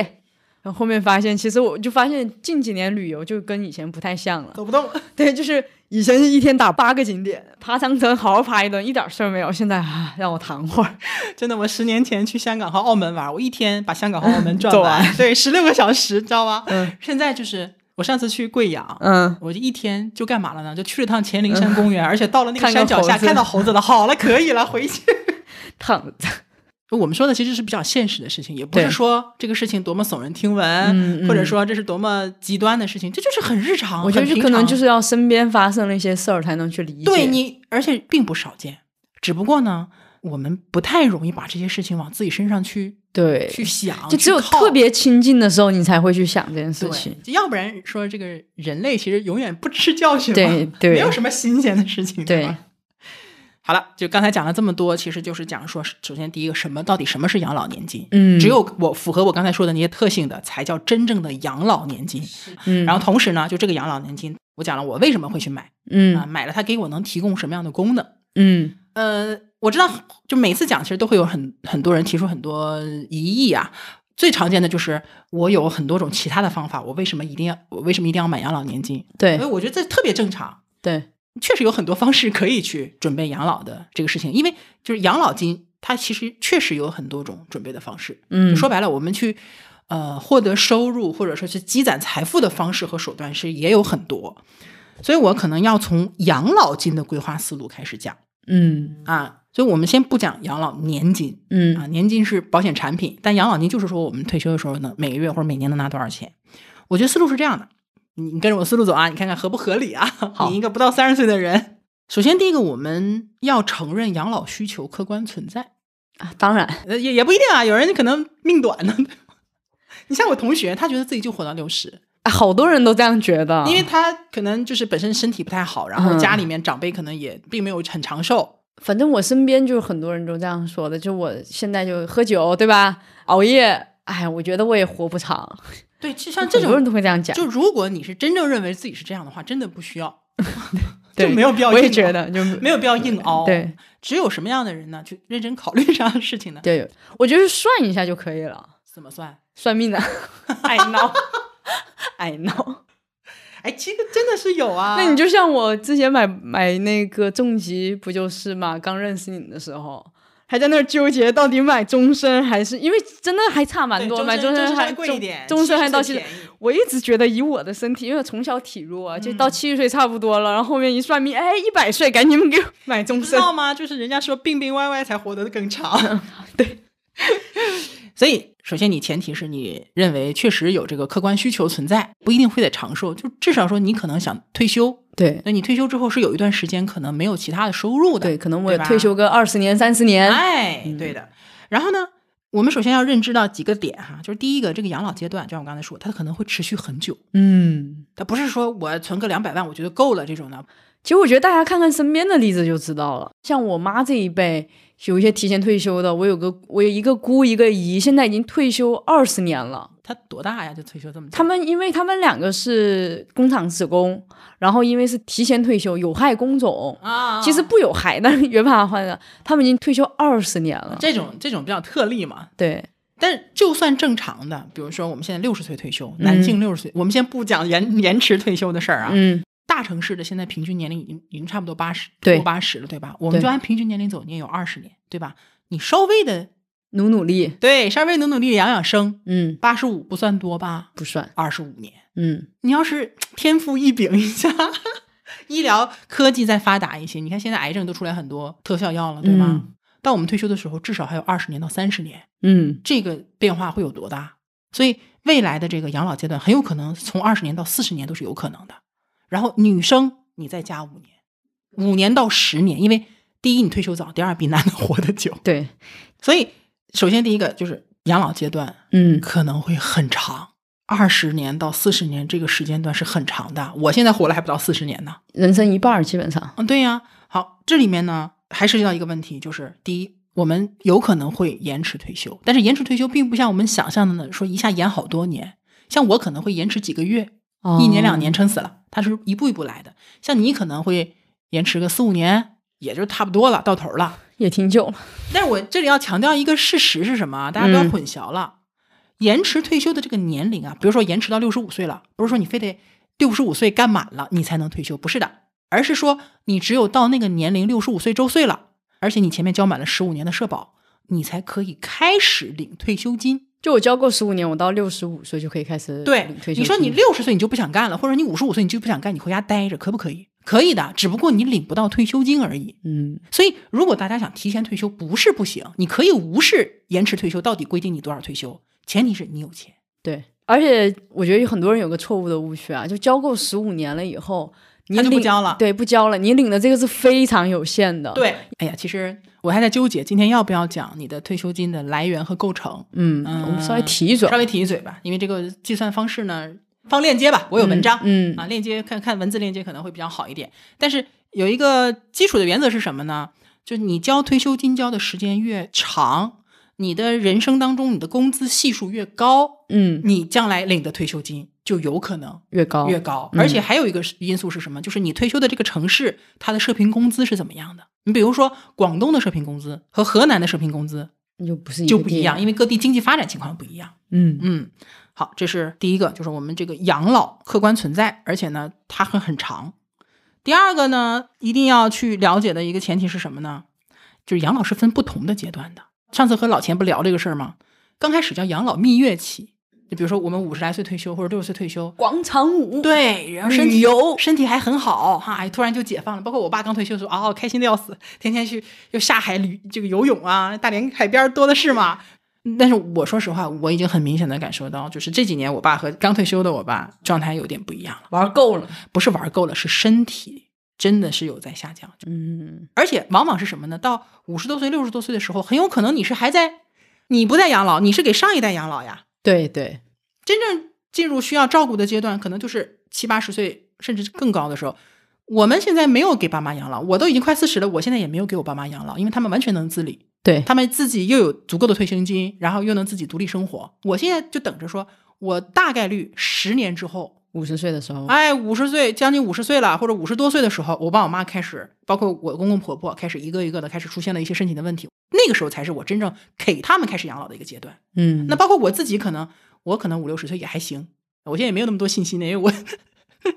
B: 然后后面发现，其实我就发现近几年旅游就跟以前不太像了。
A: 走不动，
B: 对，就是以前是一天打八个景点，爬长城好好爬一顿，一点事儿没有。现在啊，让我躺会儿。
A: 真的，我十年前去香港和 澳门玩，我一天把香港和澳门转
B: 走
A: 完，对，十六个小时，知道吗？
B: 嗯
A: 现在就是我上次去贵阳，
B: 嗯，
A: 我就一天就干嘛了呢？就去了趟黔灵山公 园，而且到了那个山脚下
B: 看
A: 看
B: 个猴子
A: 到猴子了， 好了，可以了，回去。
B: 躺着，
A: 我们说的其实是比较现实的事情，也不是
B: 对
A: 说这个事情多么耸人听闻，
B: 嗯嗯
A: 或者说这是多么极端的事情，这就是很日常。
B: 我觉得
A: 很
B: 这
A: 平
B: 可能
A: 常
B: 就是要身边发生了一些事儿才能去理解。
A: 对你，而且并不少见。只不过呢，我们不太容易把这些事情往自己身上去
B: 对，
A: 去想，
B: 就
A: 去
B: 只有
A: 靠
B: 特别亲近的时候，你才会去想这件事
A: 对
B: 情。，
A: 要不然说这个人类其实永远不吃教训嘛，
B: 对对
A: 没有什么新鲜的事情，
B: 对
A: 吧？好了，就刚才讲了这么多，其实就是讲说，首先第一个，什么到底什么是养老年金？
B: 嗯
A: 只有我符合我刚才说的那些特性的，才叫真正的养老年金。
B: 嗯，
A: 然
B: 后
A: 后同时呢，就这个养老年金，我讲了我为什么会去买啊，
B: 嗯
A: 买了它给我能提供什么样的功能？
B: 嗯
A: 呃，我知道，就每次讲，其实都会有很很多人提出很多疑义啊。最常见的就是我有很多种其他的方法，我为什么一定要我为什么一定要买养老年金？
B: 对
A: 所以我觉得这特别正常，
B: 对
A: 确实有很多方式可以去准备养老的这个事情，因为就是养老金它其实确实有很多种准备的方式。
B: 嗯，
A: 就说白了，我们去呃获得收入或者说是积攒财富的方式和手段是也有很多，所以我可能要从养老金的规划思路开始讲。
B: 嗯
A: 啊，所以我们先不讲养老年金啊，
B: 嗯
A: 年金是保险产品，但养老金就是说我们退休的时候呢，每个月或者每年能拿多少钱。我觉得思路是这样的，你你跟着我思路走啊，你看看合不合理啊？
B: 好
A: 你一个不到三十岁的人，首先第一个，我们要承认养老需求客观存在，
B: 啊，当然，
A: 呃，也也不一定啊，有人可能命短呢。 你像我同学，他觉得自己就活到六十，
B: 啊好多人都这样觉得，
A: 因为他可能就是本身身体不太好，然后
B: 啊嗯
A: 家里面长辈可能也并没有很长寿，
B: 反正我身边就很多人都这样说的，就我现在就喝酒，对吧？熬夜，哎，我觉得我也活不长。
A: 对，就像这
B: 很
A: 种
B: 多人都会这样讲，
A: 就如果你是真正认为自己是这样的话，真的不需 要，
B: 对
A: 就没有必要硬
B: 我
A: 熬。
B: 也觉得就
A: 没有必要硬凹。，
B: 对
A: 只有什么样的人呢？就认真考虑这样的事情呢？
B: 对，我觉得算一下就可以了，
A: 怎么算？
B: 算命的， 爱闹， 爱闹。
A: 哎，这个真的是有啊。
B: 那你就像我之前买买那个重疾不就是嘛？刚认识你的时候。还在那儿纠结到底买终身还是，因为真的还差蛮
A: 对
B: 多，
A: 终
B: 买
A: 身终身
B: 还
A: 贵
B: 终
A: 一点，
B: 终身还到
A: 70
B: 期
A: 便宜嗯
B: 我一直觉得以我的身体，因为我从小体弱，啊就到七十岁差不多了，然后后面一算命，哎，一百岁赶紧给我买终
A: 你知
B: 身。
A: 道吗？就是人家说病病歪歪才活得更长。
B: 对，
A: 所以首先你前提是你认为确实有这个客观需求存在，不一定非得长寿，就至少说你可能想退休。
B: 对
A: 那你退休之后是有一段时间可能没有其他的收入的，
B: 对，可能我也
A: 对吧
B: 退休个二十年、三十年。
A: 哎，
B: 嗯
A: 对的。然后呢，我们首先要认知到几个点哈，就是第一个，这个养老阶段，就像我刚才说，它可能会持续很久，
B: 嗯，
A: 它不是说我存个两百万我觉得够了这种的。
B: 其实我觉得大家看看身边的例子就知道了，像我妈这一辈，有一些提前退休的，我有个我有一个姑一个姨，现在已经退休二十年了。
A: 他多大呀？就退休这么久？
B: 他们因为他们两个是工厂职工，然后因为是提前退休，有害工种。
A: 啊，
B: 其实不有害，但是约帕换的，他们已经退休二十年了。
A: 这种这种比较特例嘛。
B: 对，
A: 但就算正常的，比如说我们现在六十岁退休，男性六十岁，我们先不讲延延迟退休的事儿啊。
B: 嗯，
A: 大城市的现在平均年龄已经已经差不多八十，
B: 对
A: 过八十了，对吧？我们
B: 对
A: 就按平均年龄走，你也有二十年，对吧？你稍微的
B: 努努力，
A: 对，稍微努努力养养生，
B: 嗯，
A: 八十五不算多吧？
B: 不算，
A: 二十五年，
B: 嗯，
A: 你要是天赋异禀一下， 医疗科技再发达一些，你看现在癌症都出来很多特效药了，对吧？
B: 嗯
A: 到我们退休的时候，至少还有二十年到三十年，
B: 嗯，
A: 这个变化会有多大？所以未来的这个养老阶段，很有可能从二十年到四十年都是有可能的。然后女生你再加五年，五年到十年，因为第一你退休早，第二比男的活得久，
B: 对，
A: 所以首先第一个就是养老阶段
B: 嗯，
A: 可能会很长，二十年到四十年这个时间段是很长的。我现在活了还不到四十年呢。
B: 人生一半儿基本上，
A: 嗯，对呀。好，这里面呢还涉及到一个问题，就是第一，我们有可能会延迟退休，但是延迟退休并不像我们想象的呢，说一下延好多年。像我可能会延迟几个月，一年
B: 哦
A: 两年，撑死了，它是一步一步来的。像你可能会延迟个四五年，也就差不多了，到头了。
B: 也挺久了，
A: 但是我这里要强调一个事实是什么啊？大家不要
B: 嗯
A: 混淆了。延迟退休的这个年龄啊，比如说延迟到六十五岁了，不是说你非得六十五岁干满了你才能退休，不是的，而是说你只有到那个年龄六十五岁周岁了，而且你前面交满了十五年的社保，你才可以开始领退休金。
B: 就我交够十五年，我到六十五岁就可以开始
A: 对
B: 领，退休
A: 你说你
B: 金
A: 六十岁你就不想干了，或者你五十五岁你就不想干，你回家待着可不可以？可以的，只不过你领不到退休金而已。
B: 嗯
A: 所以，如果大家想提前退休，不是不行，你可以无视延迟退休到底规定你多少退休，前提是你有钱。
B: 对，而且我觉得有很多人有个错误的误区啊，就交够十五年了以后，你
A: 他就不
B: 领
A: 交了
B: 对，不交了，你领的这个是非常有限的，，
A: 对，哎呀，其实我还在纠结今天要不要讲你的退休金的来源和构成，
B: 嗯，
A: 嗯
B: 我们稍微提一嘴
A: 稍，微提一嘴吧，因为这个计算方式呢，放链接吧，我有文章，
B: 嗯
A: 啊，链接看看文字链接可能会比较好一点。但是有一个基础的原则是什么呢？就是你交退休金交的时间越长，你的人生当中你的工资系数越高，
B: 嗯，
A: 你将来领的退休金就有可能
B: 越高
A: 越高。
B: 嗯
A: 而且还有一个是因素是什么？就是你退休的这个城市，它的社平工资是怎么样的？你比如说广东的社平工资和河南的社平工资
B: 你就不是
A: 就不一样，
B: 样，
A: 因为各地经济发展情况不一样。
B: 嗯
A: 嗯，好，这是第一个，就是我们这个养老客观存在，而且呢，它会很长。第二个呢，一定要去了解的一个前提是什么呢？就是养老是分不同的阶段的。上次和老钱不聊这个事儿吗？刚开始叫养老蜜月期，就比如说我们五十来岁退休或者六十岁退休，
B: 广场舞，
A: 对，然后身
B: 旅
A: 体
B: 游
A: 身体还很好哈、哎突然就解放了。包括我爸刚退休的时候，啊、开心的要死，天天去又下海旅这个游泳啊，大连海边多的是嘛。嗯但是我说实话，我已经很明显的感受到，就是这几年我爸和刚退休的我爸状态有点不一样了，
B: 玩够了，
A: 不是玩够了，是身体真的是有在下降。
B: 嗯
A: 而且往往是什么呢？到五十多岁、六十多岁的时候，很有可能你是还在，你不在养老，你是给上一代养老呀。
B: 对对，
A: 真正进入需要照顾的阶段，可能就是七八十岁甚至更高的时候。我们现在没有给爸妈养老，我都已经快四十了，我现在也没有给我爸妈养老，因为他们完全能自理，
B: 对，
A: 他们自己又有足够的退休金，然后又能自己独立生活。我现在就等着说，我大概率十年之后，
B: 五十岁的时候，
A: 哎，五十岁将近五十岁了，或者五十多岁的时候，我爸我妈开始，包括我公公婆婆开始一个一个的开始出现了一些身体的问题，那个时候才是我真正给他们开始养老的一个阶段。
B: 嗯，
A: 那包括我自己，可能我可能五六十岁也还行，我现在也没有那么多信心呢，因为我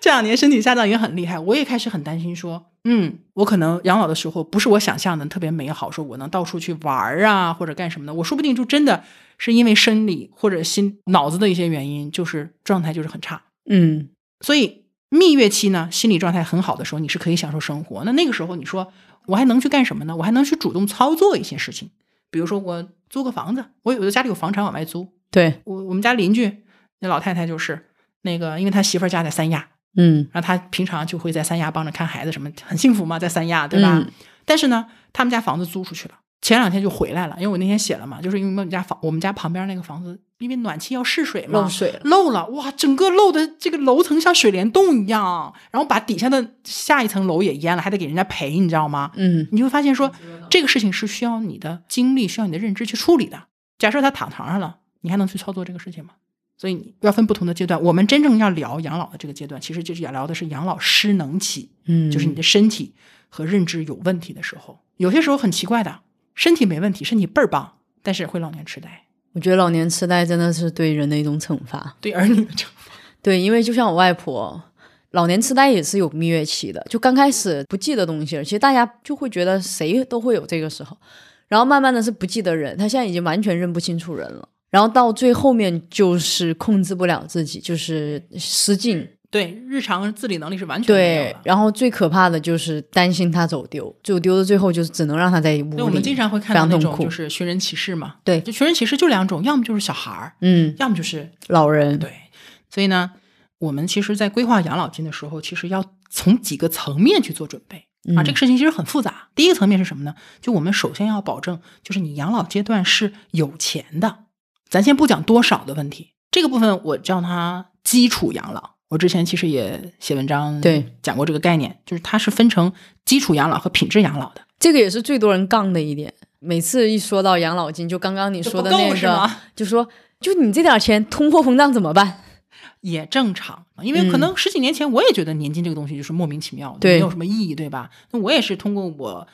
A: 这两年身体下降也很厉害，我也开始很担心说，嗯，我可能养老的时候不是我想象的特别美好，说我能到处去玩儿啊或者干什么的，我说不定就真的是因为生理或者心脑子的一些原因，就是状态就是很差，
B: 嗯
A: 所以蜜月期呢，心理状态很好的时候，你是可以享受生活。那那个时候，你说我还能去干什么呢？我还能去主动操作一些事情，比如说我租个房子，我有的家里有房产往外租。
B: 对，
A: 我我们家邻居那老太太就是那个，因为她媳妇儿家在三亚，
B: 嗯
A: 然后她平常就会在三亚帮着看孩子什么，很幸福嘛，在三亚对吧？
B: 嗯
A: 但是呢，他们家房子租出去了。前两天就回来了，因为我那天写了嘛，就是因为我们家房，我们家旁边那个房子，因为暖气要试水嘛，
B: 嗯漏水了，
A: 漏了，哇，整个漏的这个楼层像水帘洞一样，然后把底下的下一层楼也淹了，还得给人家赔，你知道吗？
B: 嗯
A: 你就会发现说，这个事情是需要你的精力、需要你的认知去处理的。假设他躺床上了，你还能去操作这个事情吗？所以你要分不同的阶段。我们真正要聊养老的这个阶段，其实就是要聊的是养老失能期，
B: 嗯，
A: 就是你的身体和认知有问题的时候。有些时候很奇怪的，身体没问题，身体倍儿棒，但是会老年痴呆，
B: 我觉得老年痴呆真的是对人的一种惩罚。
A: 对儿女的这
B: 对，因为就像我外婆，老年痴呆也是有蜜月期的，就刚开始不记得东西了，其实大家就会觉得谁都会有这个时候，然后慢慢的是不记得人，她现在已经完全认不清楚人了，然后到最后面就是控制不了自己，就是失禁，
A: 对日常自理能力是完全没有
B: 对
A: 的，。
B: 然后最可怕的就是担心她走丢，走丢的最后就是只能让她在屋里，
A: 对，我们经常会看到
B: 非常
A: 那
B: 痛
A: 种
B: 苦
A: 就是寻人启事嘛。
B: 对
A: 就寻人启事就两种，要么就是小孩儿，
B: 嗯，
A: 要么就是
B: 老人，
A: 对。所以呢，我们其实，在规划养老金的时候，其实要从几个层面去做准备啊。
B: 嗯
A: 这个事情其实很复杂。第一个层面是什么呢？就我们首先要保证，就是你养老阶段是有钱的。咱先不讲多少的问题，这个部分我叫它基础养老。我之前其实也写文章
B: 对
A: 讲过这个概念，就是它是分成基础养老和品质养老的。
B: 这个也是最多人杠的一点。每次一说到养老金，就刚刚你
A: 就
B: 说的
A: 不够
B: 那
A: 是
B: 个
A: 吗，
B: 就说就你这点钱，通货膨胀怎么办？
A: 也正常，因为可能十几年前我也觉得年金这个东西就是莫名其妙的，
B: 嗯对
A: 没有什么意义，对吧？那我也是通过我，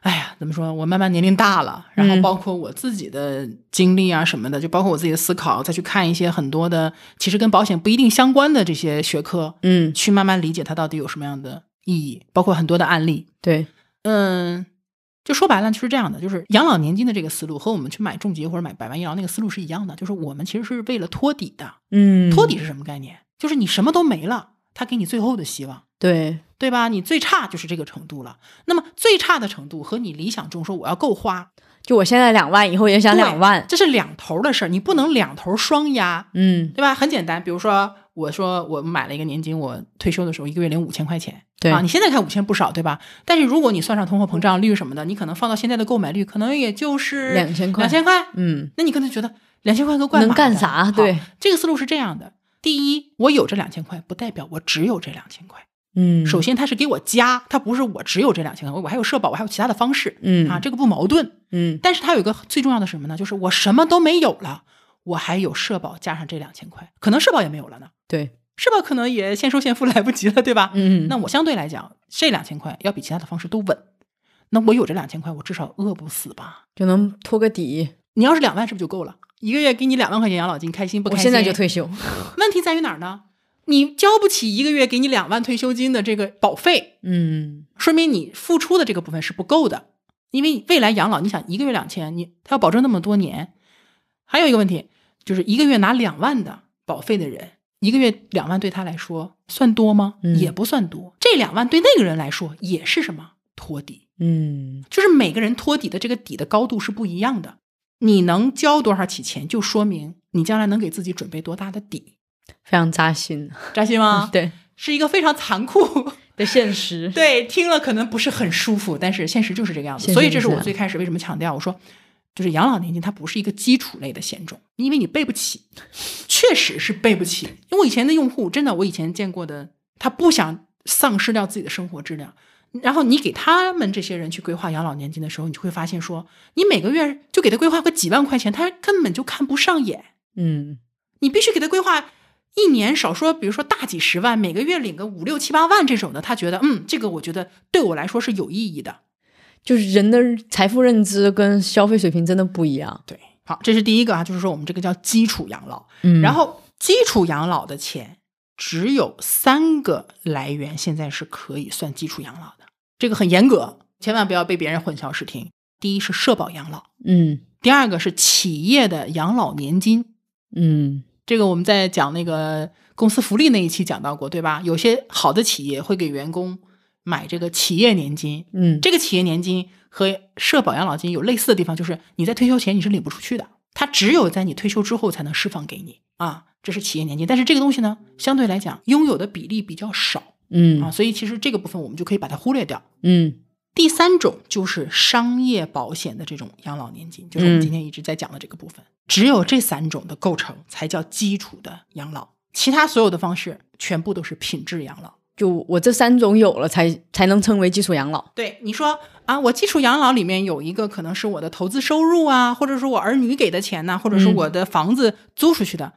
A: 哎呀，怎么说？我慢慢年龄大了，然后
B: 嗯
A: 包括我自己的经历啊什么的，就包括我自己的思考，再去看一些很多的其实跟保险不一定相关的这些学科，
B: 嗯，
A: 去慢慢理解它到底有什么样的意义，包括很多的案例。
B: 对，
A: 嗯，就说白了，就是这样的，就是养老年金的这个思路和我们去买重疾或者买百万医疗那个思路是一样的，就是我们其实是为了托底的。
B: 嗯，
A: 托底是什么概念？就是你什么都没了，他给你最后的希望，
B: 对，
A: 对吧？你最差就是这个程度了。那么最差的程度和你理想中说我要够花，
B: 就我现在两万，以后也想两万，
A: 这是两头的事儿，你不能两头双压，
B: 嗯，
A: 对吧？很简单，比如说我说我买了一个年金，我退休的时候一个月领五千块钱，
B: 对
A: 啊，你现在看五千不少，对吧？但是如果你算上通货膨胀率什么的，你可能放到现在的购买率，可能也就是
B: 2000块
A: 两千块，
B: 嗯，
A: 那你可能觉得两千块够干嘛
B: 能
A: 的？
B: 干啥？
A: 好
B: 对，，
A: 这个思路是这样的：第一，我有这两千块，不代表我只有这两千块。
B: 嗯，
A: 首先，它是给我加，它不是我只有这两千块，我还有社保，我还有其他的方式，
B: 嗯
A: 啊，这个不矛盾。
B: 嗯
A: 但是它有一个最重要的是什么呢？就是我什么都没有了，我还有社保加上这两千块，可能社保也没有了呢，
B: 对，
A: 社保可能也现收现付来 不及了，对吧？
B: 嗯，
A: 啊那我相对来讲，这两千块要比其他的方式都稳。那我有这两千块，我至少饿不死吧？
B: 就能托个底。
A: 你要是两万，是不是就够了？一个月给你两万块钱养老金，开心不
B: 我
A: 开心？
B: 现在就退休，
A: 问题在于哪儿呢？你交不起一个月给你两万退休金的这个保费，
B: 嗯，
A: 说明你付出的这个部分是不够的，因为未来养老，你想一个月两千，你他要保证那么多年。还有一个问题就是，一个月拿两万的保费的人，一个月两万对他来说算多吗？
B: 嗯
A: 也不算多。这两万对那个人来说也是什么托底，
B: 嗯，
A: 就是每个人托底的这个底的高度是不一样的。你能交多少起钱，就说明你将来能给自己准备多大的底，
B: 非常扎心？
A: 扎心吗
B: 对
A: 是一个非常残 酷，
B: 的现实，
A: 对，听了可能不是很舒服，但是现实就是这个样
B: 现
A: 子。
B: 实
A: 所以这是
B: 就是这
A: 我
B: 样
A: 最开始为什么强调，我说就是养老年金它不是一个基础类的险种，因为你背不起，确实是背不起。因为我以前的用户，真的我以前见过的，他不想丧失掉自己的生活质量。然后你给他们这些人去规划养老年金的时候，你就会发现说，你每个月就给他规划个几万块钱，他根本就看不上眼。
B: 嗯，
A: 你必须给他规划一年少说，比如说大几十万，每个月领个五六七八万这种的，他觉得嗯，这个我觉得对我来说是有意义的。
B: 就是人的财富认知跟消费水平真的不一样。
A: 对，好，这是第一个啊，就是说我们这个叫基础养老。
B: 嗯，
A: 然后基础养老的钱只有三个来源，现在是可以算基础养老的，这个很严格，千万不要被别人混淆视听。第一是社保养老，
B: 嗯
A: 第二个是企业的养老年金，
B: 嗯
A: 这个我们在讲那个公司福利那一期讲到过，对吧？有些好的企业会给员工买这个企业年金，
B: 嗯，
A: 这个企业年金和社保养老金有类似的地方，就是你在退休前你是领不出去的，它只有在你退休之后才能释放给你啊，这是企业年金。但是这个东西呢，相对来讲拥有的比例比较少啊，
B: 嗯
A: 所以其实这个部分我们就可以把它忽略掉。
B: 嗯
A: 第三种就是商业保险的这种养老年金，就是我们
B: 嗯
A: 今天一直在讲的这个部分。只有这三种的构成才叫基础的养老，其他所有的方式全部都是品质养老。
B: 就我这三种有了才才能称为基础养老。
A: 对你说啊，我基础养老里面有一个可能是我的投资收入啊，或者说我儿女给的钱呐、或者是
B: 嗯
A: 我的房子租出去的，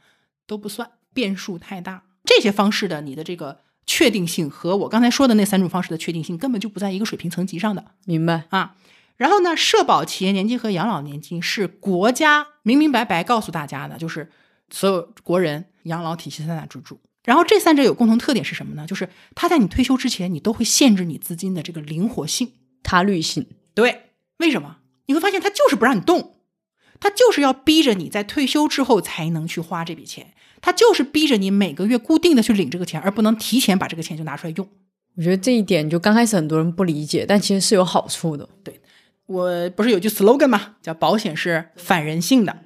A: 都不算，变数太大。这些方式的你的这个确定性和我刚才说的那三种方式的确定性根本就不在一个水平层级上的。
B: 明白，
A: 啊。然后呢，社保、企业年金和养老年金是国家明明白白告诉大家的，就是所有国人养老体系三大支柱。然后这三者有共同特点是什么呢？就是它在你退休之前，你都会限制你资金的这个灵活性。
B: 他律性。
A: 对，为什么？你会发现它就是不让你动，它就是要逼着你在退休之后才能去花这笔钱，它就是逼着你每个月固定的去领这个钱，而不能提前把这个钱就拿出来用。
B: 我觉得这一点就刚开始很多人不理解，但其实是有好处的。
A: 我不是有句 slogan 嘛，叫保险是反人性的。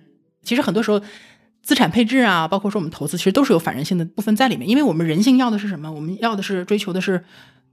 A: 其实很多时候，资产配置啊，包括说我们投资，其实都是有反人性的部分在里面。因为我们人性要的是什么？我们要的是追求的是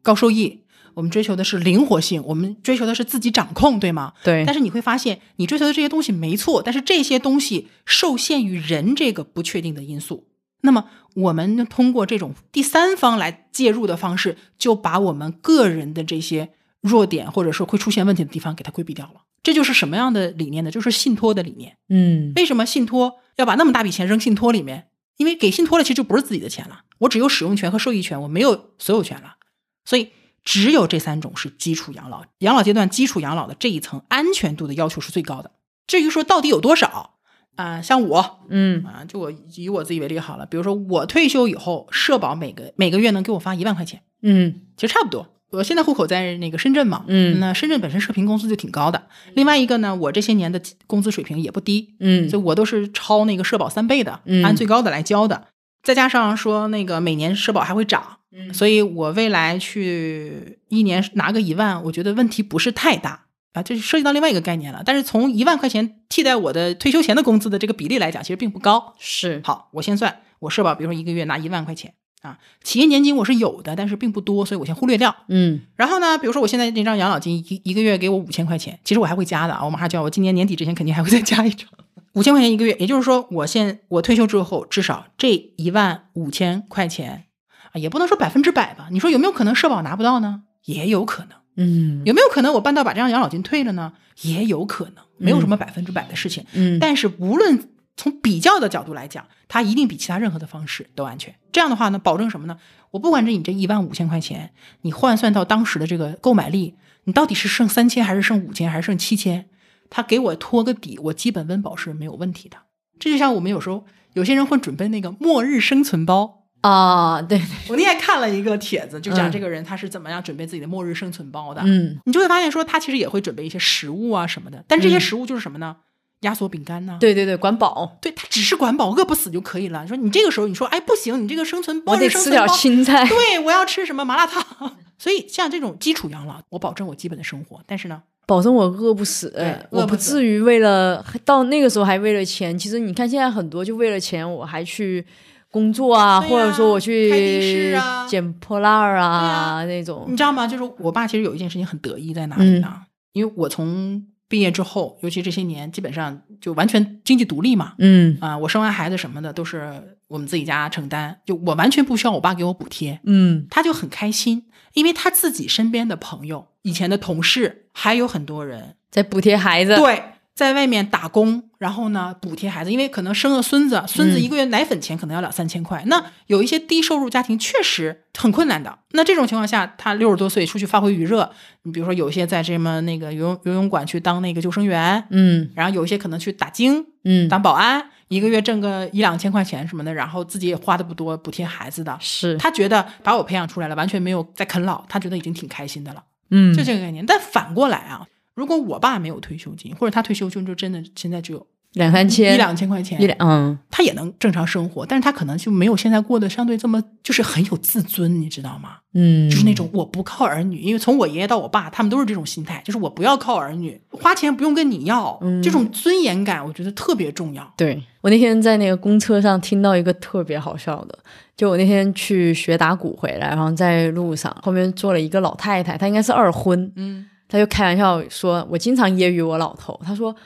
A: 高收益，我们追求的是灵活性，我们追求的是自己掌控，对吗？
B: 对
A: 但，是你会发现，你追求的这些东西没错，但是这些东西受限于人这个不确定的因素。那么，我们通过这种第三方来介入的方式，就把我们个人的这些弱点，或者说会出现问题的地方，给它规避掉了。这就是什么样的理念呢？就是信托的理念。
B: 嗯
A: 为什么信托要把那么大笔钱扔信托里面？因为给信托了，其实就不是自己的钱了，我只有使用权和受益权，我没有所有权了。所以只有这三种是基础养老，养老阶段基础养老的这一层安全度的要求是最高的。至于说到底有多少啊、像我啊、
B: 嗯
A: 就我以我自己为例好了，比如说我退休以后，社保每个每个月能给我发一万块钱，
B: 嗯，
A: 其实差不多。我现在户口在那个深圳嘛，
B: 嗯
A: 那深圳本身社平工资就挺高的。另外一个呢，我这些年的工资水平也不低，
B: 嗯
A: 所以我都是超那个社保三倍的，
B: 嗯
A: 按最高的来交的。再加上说那个每年社保还会涨，
B: 嗯
A: 所以我未来去一年拿个一万，我觉得问题不是太大啊，这是涉及到另外一个概念了。但是从一万块钱替代我的退休前的工资的这个比例来讲，其实并不高。
B: 是
A: 好，我先算我社保，比如说一个月拿一万块钱啊，企业年金我是有的，但是并不多，所以我先忽略掉。
B: 嗯
A: 然后呢，比如说我现在那张养老金一一个月给我五千块钱，其实我还会加的啊，我马上就要，我今年年底之前肯定还会再加一张， 五千块钱一个月，也就是说，我现我退休之后，至少这一万五千块钱啊，也不能说百分之百吧，你说有没有可能社保拿不到呢？也有可能，
B: 嗯
A: 有没有可能我办到把这张养老金退了呢？也有可能，没有什么百分之百的事情。
B: 嗯，
A: 但是无论从比较的角度来讲，它一定比其他任何的方式都安全。这样的话呢，保证什么呢？我不管是你这一万五千块钱，你换算到当时的这个购买力，你到底是剩三千还是剩五千还是剩七千，他给我托个底，我基本温饱是没有问题的。这就像我们有时候有些人会准备那个末日生存包。
B: 啊，对，对
A: 我那天看了一个帖子，就讲
B: 嗯
A: 这个人他是怎么样准备自己的末日生存包的。
B: 嗯，
A: 你就会发现说，他其实也会准备一些食物啊什么的，但这些
B: 嗯
A: 食物就是什么呢？压缩饼干呐、
B: 对对对，管饱，
A: 对他只是管饱，饿不死就可以了。你说你这个时候你说，哎，不行，你这个生存
B: 我
A: 末
B: 得
A: 日生
B: 吃
A: 存
B: 点
A: 包，
B: 青菜。
A: 对我要吃什么麻辣烫。 所以像这种基础养老，我保证我基本的生活，但是呢，
B: 保证我饿不死，
A: 对
B: 我
A: 饿
B: 不
A: 不死
B: 至于为了到那个时候还为了钱。其实你看现在很多就为了钱，我还去工作啊，
A: 对呀
B: 或者说我
A: 开的
B: 去
A: 士啊
B: 捡破烂儿
A: 对
B: 啊那种
A: 你。知道吗？就是我爸其实有一件事情很得意在哪里
B: 嗯
A: 呢？因为我从毕业之后，尤其这些年，基本上就完全经济独立嘛。
B: 嗯
A: 啊、我生完孩子什么的都是我们自己家承担，就我完全不需要我爸给我补贴。
B: 嗯
A: 他就很开心，因为他自己身边的朋友、以前的同事，还有很多人
B: 在补贴孩子。
A: 对，在外面打工，然后呢补贴孩子，因为可能生了孙子，孙子
B: 嗯
A: 一个月奶粉钱可能要两三千块。那有一些低收入家庭确实很困难的。那这种情况下，他六十多岁出去发挥余热，你比如说有一些在这么那个游泳游泳馆去当那个救生员，
B: 嗯
A: 然后有一些可能去打更
B: 嗯，
A: 当保安，一个月挣个一两千块钱什么的，然后自己也花的不多，补贴孩子的。
B: 是，
A: 他觉得把我培养出来了，完全没有在啃老，他觉得已经挺开心的了。
B: 嗯
A: 就这个概念。但反过来啊，如果我爸没有退休金，或者他退休金就真的现在只有
B: 两三千，
A: 一两千块钱，
B: 一两，嗯
A: 他也能正常生活，但是他可能就没有现在过得相对这么就是很有自尊，你知道吗？
B: 嗯，
A: 就是那种我不靠儿女，因为从我爷爷到我爸，他们都是这种心态，就是我不要靠儿女，花钱不用跟你要，
B: 嗯
A: 这种尊严感我觉得特别重要。
B: 对我那天在那个公车上听到一个特别好笑的，就我那天去学打鼓回来，然后在路上后面坐了一个老太太，她应该是二婚，
A: 嗯，
B: 她就开玩笑说，我经常揶揄我老头，她说。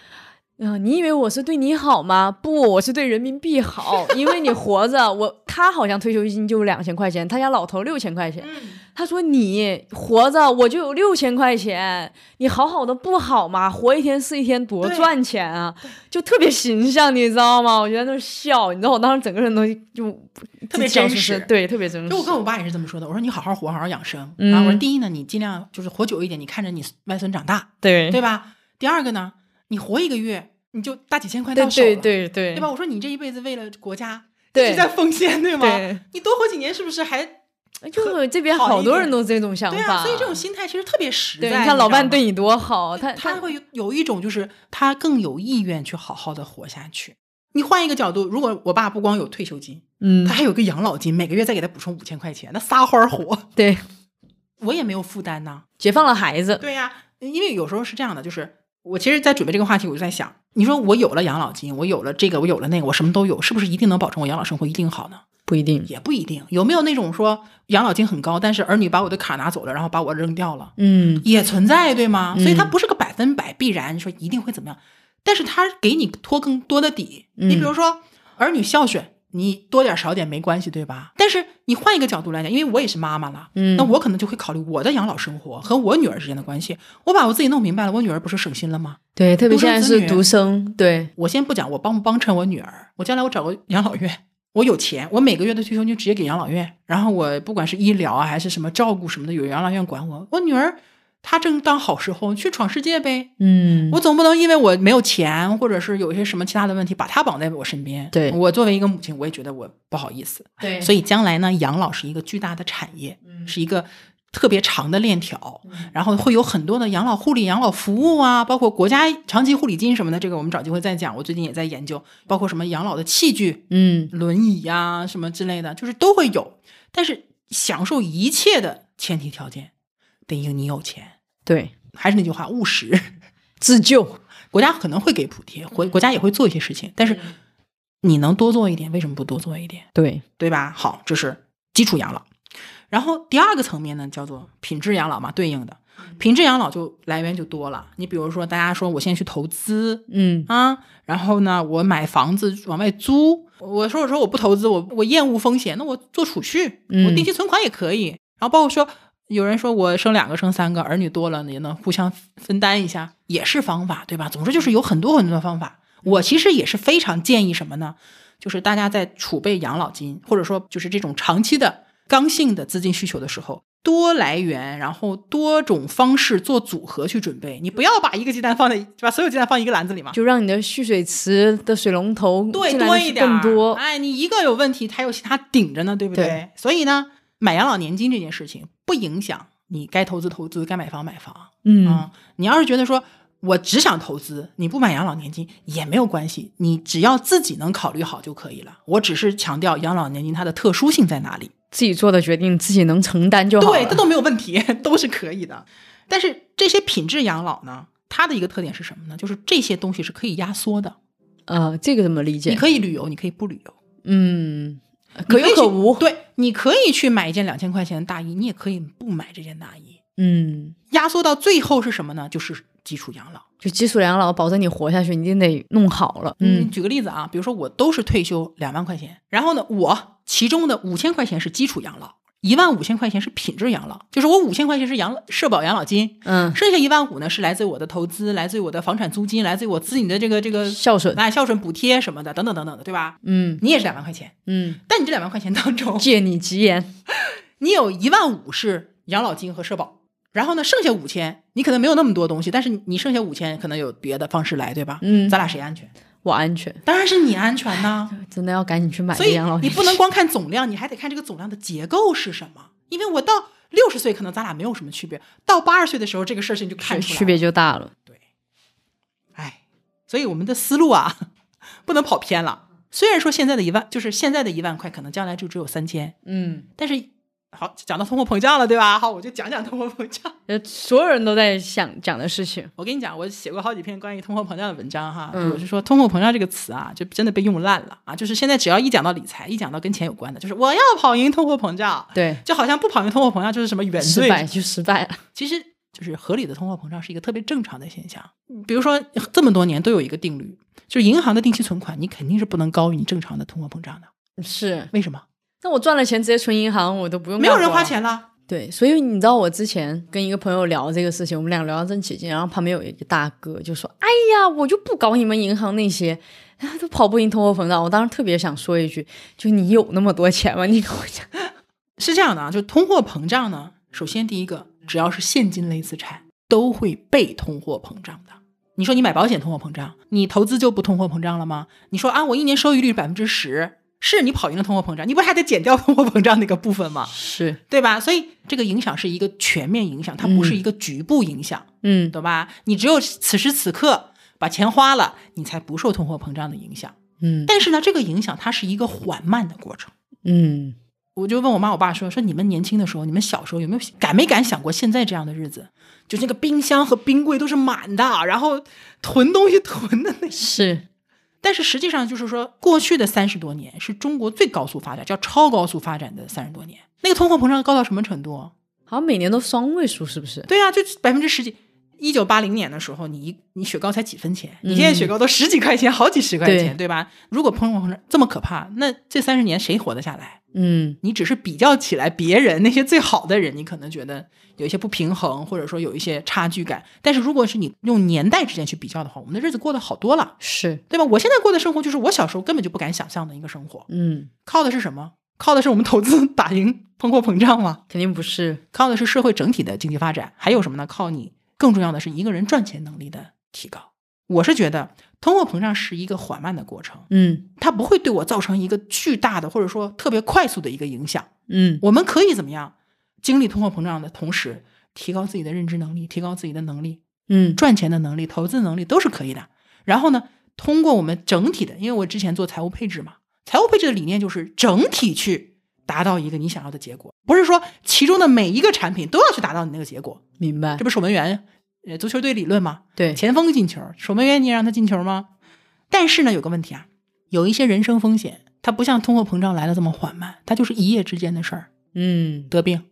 B: 嗯、你以为我是对你好吗？不，我是对人民币好，因为你活着，我他好像退休金就两千块钱，他家老头六千块钱，
A: 嗯
B: 他说你活着我就有六千块钱，你好好的不好吗？活一天是一天，多
A: 对
B: 赚钱啊！就特别形象，你知道吗？我觉得那儿笑，你知道我当时整个人都就
A: 特别
B: 笑
A: 真
B: 出声
A: 实
B: 对，特别真实。
A: 就我跟我爸也是这么说的，我说你好好活，好好养生、
B: 嗯
A: 啊。我说第一呢，你尽量就是活久一点，你看着你外孙长大，
B: 对
A: 对吧？第二个呢，你活一个月，你就大几千块
B: 对
A: 到手了，
B: 对对对
A: 对吧？我说你这一辈子为了国家一
B: 对
A: 直在奉献，对吗？
B: 对
A: 你多活几年是不是还
B: 就这边
A: 好一
B: 好多
A: 点
B: 人都这种想
A: 对
B: 法，
A: 啊？所以这种心态其实特别实在。
B: 对，你
A: 知道
B: 看老伴
A: 吗
B: 对你多好，他
A: 他会有有一种就是他更有意愿去好好的活下去。你换一个角度，如果我爸不光有退休金，
B: 嗯
A: 他，还有个养老金，每个月再给他补充五千块钱，那撒欢儿 活，
B: 对，
A: 我也没有负担呐、
B: 解放了孩子，
A: 对呀、因为有时候是这样的，就是我其实，在准备这个话题，我就在想，你说我有了养老金，我有了这个，我有了那个，我什么都有，是不是一定能保证我养老生活一定好呢？
B: 不一定，
A: 也不一定。有没有那种说养老金很高，但是儿女把我的卡拿走了，然后把我扔掉了，
B: 嗯，
A: 也存在，对吗？所以它
B: 嗯
A: 不是个百分百必然说一定会怎么样，但是它给你托更多的底。你比如说儿女孝顺。你多点少点没关系，对吧？但是你换一个角度来讲，因为我也是妈妈了，
B: 嗯
A: 那我可能就会考虑我的养老生活和我女儿之间的关系。我把我自己弄明白了，我女儿不是省心了吗？
B: 对，特别
A: 独生
B: 现在
A: 子
B: 是
A: 女
B: 独生，对，
A: 我先不讲我帮不帮衬我女儿，我将来我找个养老院，我有钱，我每个月的退休金直接给养老院，然后我不管是医疗啊还是什么照顾什么的，有养老院管我。我女儿她正当好时候，去闯世界呗。
B: 嗯，
A: 我总不能因为我没有钱，或者是有一些什么其他的问题，把她绑在我身边。
B: 对
A: 我作为一个母亲，我也觉得我不好意思。
B: 对嗯
A: 嗯所以将来呢，养老是一个巨大的产业，是一个特别长的链条，然后会有很多的养老护理、养老服务啊，包括国家长期护理金什么的，这个我们找机会再讲。我最近也在研究，包括什么养老的器具、
B: 嗯，
A: 轮椅呀、什么之类的，就是都会有。但是享受一切的前提条件，得有你有钱。
B: 对，
A: 还是那句话，务实。
B: 自救，
A: 国家可能会给补贴，国国家也会做一些事情，但是
B: 嗯
A: 你能多做一点，为什么不多做一点？
B: 对，
A: 对吧？好，这是基础养老。然后第二个层面呢，叫做品质养老嘛，对应的品质养老就来源就多了。你比如说，大家说我现在去投资
B: 嗯，
A: 啊，然后呢，我买房子往外租。我说我说我不投资，我我厌恶风险，那我做储蓄，
B: 嗯
A: 我定期存款也可以。然后包括说，有人说我生两个生三个，儿女多了也能互相分担一下，也是方法，对吧？总之就是有很多很多的方法。我其实也是非常建议什么呢？就是大家在储备养老金，或者说就是这种长期的刚性的资金需求的时候，多来源，然后多种方式做组合去准备。你不要把一个鸡蛋放在，把所有鸡蛋放一个篮子里嘛。
B: 就让你的蓄水池的水龙头
A: 对，
B: 进来
A: 多
B: 的
A: 一
B: 是
A: 点儿，
B: 更多，
A: 哎，你一个有问题，它有其他顶着呢，对不对？
B: 对
A: 所以呢，买养老年金这件事情不影响你该投资投资，该买房买房。
B: 嗯，
A: 嗯，你要是觉得说我只想投资，你不买养老年金也没有关系，你只要自己能考虑好就可以了。我只是强调养老年金它的特殊性在哪里，
B: 自己做的决定自己能承担就好了，
A: 对，这都没有问题， 都是可以的。但是这些品质养老呢，它的一个特点是什么呢？就是这些东西是可以压缩的，
B: 呃，这个怎么理
A: 你
B: 解？
A: 可以旅游，你可以不旅游。
B: 嗯，
A: 你
B: 可有
A: 以
B: 可
A: 去
B: 无，
A: 对，你可以去买一件两千块钱的大衣，你也可以不买这件大衣。
B: 嗯，
A: 压缩到最后是什么呢？就是基础养老。
B: 就基础养老保证你活下去，你一定得弄好了，嗯，
A: 举个例子啊，比如说我都是退休两万块钱，然后呢，我其中的五千块钱是基础养老，一万五千块钱是品质养老，就是我五千块钱是养社保养老金，
B: 嗯，
A: 剩下一万五呢是来自于我的投资，来自于我的房产租金，来自于我自己的这个这个
B: 孝顺，
A: 哎孝顺补贴什么的，等等等等的，对吧？
B: 嗯
A: 你也是两万块钱，
B: 嗯，
A: 但你这两万块钱当中，
B: 借你吉言，
A: 你有一万五是养老金和社保，然后呢，剩下五千你可能没有那么多东西，但是你你剩下五千可能有别的方式来，对吧？
B: 嗯
A: 咱俩谁安全？
B: 我安全，
A: 当然是你安全 呐、
B: 真的要赶紧去买
A: 所
B: 个
A: 以
B: 养老
A: 你
B: 年
A: 不能光看总量，你还得看这个总量的结构是什么。因为我到六十岁，可能咱俩没有什么区别；到八十岁的时候，这个事情就看
B: 区
A: 出来了
B: 区别。就大了，
A: 哎，所以我们的思路啊， 不能跑偏了。虽然说现在的一万，就是现在的一万块，可能将来就只有三千，
B: 嗯，
A: 但是好讲到通货膨胀了，对吧？好，我就讲讲通货膨胀。
B: 呃，所有人都在想讲的事情，
A: 我跟你讲，我写过好几篇关于通货膨胀的文章哈。
B: 嗯
A: 我是说，通货膨胀这个词啊，就真的被用烂了啊。就是现在只要一讲到理财，一讲到跟钱有关的，就是我要跑赢通货膨胀，
B: 对，
A: 就好像不跑赢通货膨胀就是什么原
B: 失
A: 罪。
B: 败就失败了，
A: 其实就是合理的通货膨胀是一个特别正常的现象。比如说这么多年都有一个定律，就是银行的定期存款你肯定是不能高于你正常的通货膨胀的。
B: 是，
A: 为什么？
B: 那我赚了钱直接存银行，我都不用
A: 没有
B: 干
A: 人
B: 活
A: 花。
B: 啊
A: 钱了。
B: 对，所以你知道我之前跟一个朋友聊这个事情，我们俩聊到正起劲，然后旁边有一个大哥就说：“哎呀，我就不搞你们银行那些， 哎都跑不赢通货膨胀。”我当时特别想说一句：“就你有那么多钱吗？你跟我讲。
A: 是这样的啊，就通货膨胀呢，首先第一个，只要是现金类资产都会被通货膨胀的。你说你买保险通货膨胀，你投资就不通货膨胀了吗？你说啊，我一年收益率百分之十，是你跑赢了通货膨胀，你不还得减掉通货膨胀那个部分吗”？
B: 是，
A: 对吧？所以这个影响是一个全面影响，它不是一个局部影响，
B: 嗯，
A: 懂吧？你只有此时此刻把钱花了，你才不受通货膨胀的影响。
B: 嗯
A: 但是呢，这个影响它是一个缓慢的过程。
B: 嗯，
A: 我就问我妈我爸说说你们年轻的时候，你们小时候有没有敢没敢想过现在这样的日子？就那个冰箱和冰柜都是满的，然后囤东西囤的那些。
B: 是，
A: 但是实际上就是说，过去的三十多年是中国最高速发展，叫超高速发展的三十多年。那个通货膨胀高到什么程度？
B: 好像每年都双位数，是不是？
A: 对啊，就百分之十几。一九八零年的时候，你一你雪糕才几分钱，你现在雪糕都十几块钱，好几十块钱，对吧？如果通货膨胀这么可怕，那这三十年谁活得下来？
B: 嗯
A: 你只是比较起来别人那些最好的人，你可能觉得有一些不平衡，或者说有一些差距感。但是如果是你用年代之间去比较的话，我们的日子过得好多了，
B: 是，
A: 对吧？我现在过的生活就是我小时候根本就不敢想象的一个生活，
B: 嗯，
A: 靠的是什么？靠的是我们投资打赢通货膨胀吗？
B: 肯定不是，
A: 靠的是社会整体的经济发展，还有什么呢？靠你更重要的是一个人赚钱能力的提高。我是觉得通货膨胀是一个缓慢的过程，
B: 嗯
A: 它不会对我造成一个巨大的或者说特别快速的一个影响。
B: 嗯
A: 我们可以怎么样？经历通货膨胀的同时，提高自己的认知能力，提高自己的能力，
B: 嗯
A: 赚钱的能力、投资能力都是可以的。然后呢，通过我们整体的，因为我之前做财务配置嘛，财务配置的理念就是整体去达到一个你想要的结果，不是说其中的每一个产品都要去达到你那个结果。
B: 明白
A: 这，不是守门员呃足球队理论吗？
B: 对，
A: 前锋进球，守门员你也让他进球吗？但是呢，有个问题啊，有一些人生风险，它不像通货膨胀来的这么缓慢，它就是一夜之间的事儿，
B: 嗯
A: 得病、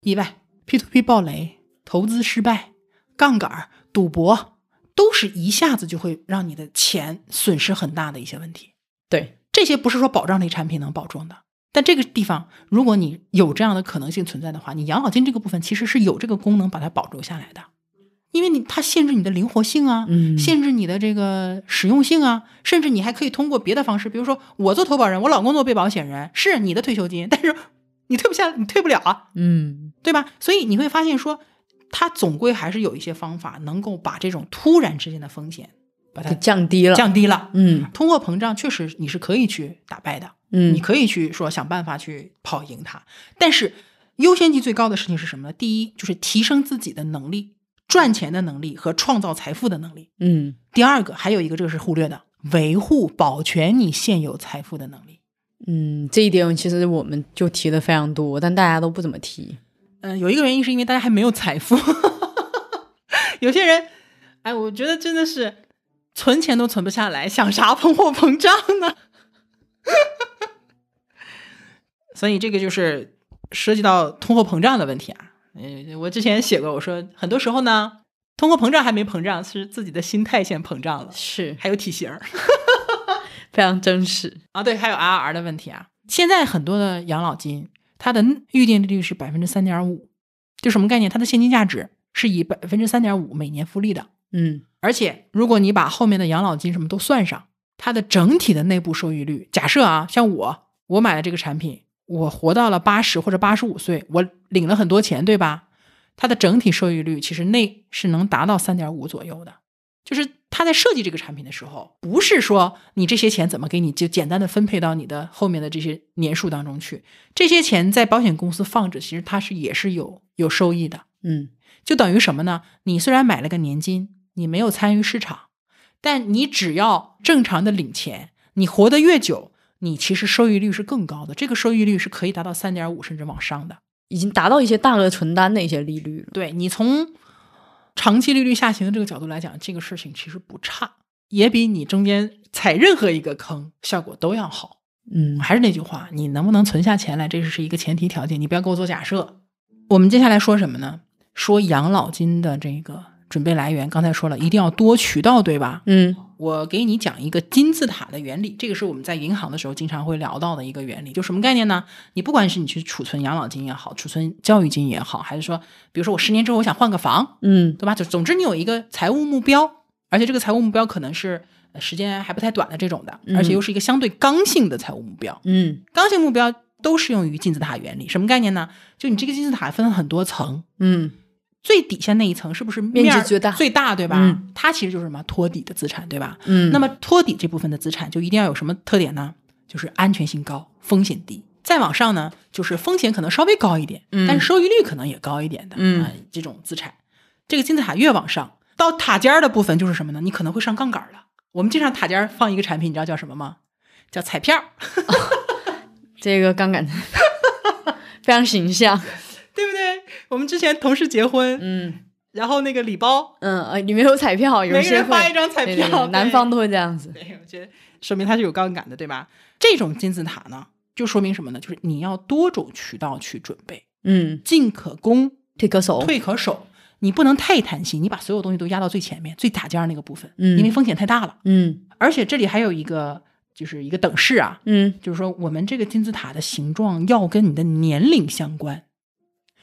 A: 意外、P to P 暴雷、投资失败、杠杆儿、赌博，都是一下子就会让你的钱损失很大的一些问题。
B: 对，
A: 这些不是说保障类产品能保证的。但这个地方，如果你有这样的可能性存在的话，你养老金这个部分其实是有这个功能把它保留下来的，因为你它限制你的灵活性啊，
B: 嗯
A: 限制你的这个使用性啊，甚至你还可以通过别的方式，比如说我做投保人，我老公做被保险人，是你的退休金，但是你退不下，你退不了啊，
B: 嗯
A: 对吧？所以你会发现说，它总归还是有一些方法能够把这种突然之间的风险把它
B: 给降低了，
A: 降低了。
B: 嗯
A: 通货膨胀确实你是可以去打败的，
B: 嗯，
A: 你可以去说想办法去跑赢它。但是优先级最高的事情是什么呢？第一就是提升自己的能力、赚钱的能力和创造财富的能力。
B: 嗯
A: 第二个还有一个这个是忽略的，维护保全你现有财富的能力。
B: 嗯，这一点其实我们就提的非常多，但大家都不怎么提。
A: 嗯、有一个原因是因为大家还没有财富， 有些人，哎，我觉得真的是存钱都存不下来，想啥 通货膨胀呢？ 所以这个就是涉及到通货膨胀的问题啊。嗯，我之前写过，我说很多时候呢，通货膨胀还没膨胀，是自己的心态先膨胀了，
B: 是
A: 还有体型儿
B: 非常真实。
A: 啊，对，还有 RR 的问题啊。现在很多的养老金，它的预定利率是百分之三点五，就什么概念？它的现金价值是以百分之三点五每年复利的，
B: 嗯
A: 而且如果你把后面的养老金什么都算上，它的整体的内部收益率，假设啊，像我，我买了这个产品，我活到了八十或者八十五岁，我领了很多钱，对吧？它的整体收益率其实内是能达到三点五左右的，就是他在设计这个产品的时候，不是说你这些钱怎么给你就简单的分配到你的后面的这些年数当中去，这些钱在保险公司放着，其实它是也是有有收益的，
B: 嗯
A: 就等于什么呢？你虽然买了个年金，你没有参与市场，但你只要正常的领钱，你活得越久，你其实收益率是更高的。这个收益率是可以达到三点五甚至往上的。
B: 已经达到一些大额存单的一些利率了。
A: 对你从长期利率下行的这个角度来讲，这个事情其实不差，也比你中间踩任何一个坑效果都要好。
B: 嗯
A: 还是那句话，你能不能存下钱来，这是一个前提条件，你不要给我做假设。我们接下来说什么呢？说养老金的这个准备来源，刚才说了一定要多渠道，对吧？
B: 嗯
A: 我给你讲一个金字塔的原理，这个是我们在银行的时候经常会聊到的一个原理，就什么概念呢？你不管是你去储存养老金也好，储存教育金也好，还是说，比如说我十年之后我想换个房，
B: 嗯
A: 对吧？就总之你有一个财务目标，而且这个财务目标可能是呃时间还不太短的这种的，而且又是一个相对刚性的财务目标。
B: 嗯
A: 刚性目标都适用于金字塔原理。什么概念呢？就你这个金字塔分很多层，
B: 嗯
A: 最底下那一层是不是面
B: 面积
A: 儿
B: 最大
A: 最大对吧？
B: 嗯
A: 它其实就是什么托底的资产对吧？
B: 嗯，
A: 那么托底这部分的资产就一定要有什么特点呢？就是安全性高，风险低。再往上呢，就是风险可能稍微高一点，
B: 嗯
A: 但是收益率可能也高一点的，
B: 嗯
A: 啊这种资产，这个金字塔越往上，到塔尖儿的部分就是什么呢？你可能会上杠杆了。我们经常塔尖儿放一个产品，你知道叫什么吗？叫彩票。
B: 这个杠杆 非常形象。
A: 对不对？我们之前同事结婚，
B: 嗯
A: 然后那个礼包，
B: 嗯呃，里面有彩票，有
A: 每个
B: 些
A: 人
B: 会
A: 发一张彩
B: 对对对
A: 票，
B: 南方都会这样子。
A: 对，对我觉得说明它是有杠杆的，对吧？这种金字塔呢，就说明什么呢？就是你要多种渠道去准备，
B: 嗯，
A: 进可攻，
B: 退可守。
A: 退可守。你不能太贪心，你把所有东西都压到最前面、最塔尖儿那个部分，
B: 嗯
A: 因为风险太大了。
B: 嗯
A: 而且这里还有一个，就是一个等式啊，
B: 嗯，
A: 就是说我们这个金字塔的形状要跟你的年龄相关。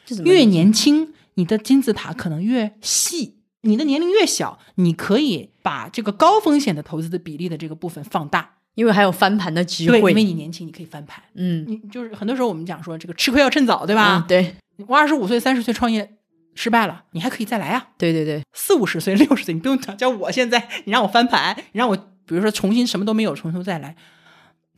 B: 这怎么
A: 越
B: 理解
A: 年轻，你的金字塔可能越细，你的年龄越小，你可以把这个高风险的投资的比例的这个部分放大。
B: 因为还有翻盘的机
A: 对，
B: 会。
A: 因为你年轻，你可以翻盘。
B: 嗯
A: 你就是很多时候我们讲说，这个吃亏要趁早，对
B: 嗯
A: 吧？
B: 对
A: 我二十五岁、三十岁创业失败了，你还可以再来啊。
B: 对对对，
A: 四五十岁、六十岁，你不用讲，叫我现在，你让我翻盘，你让我比如说重新什么都没有，从头再来，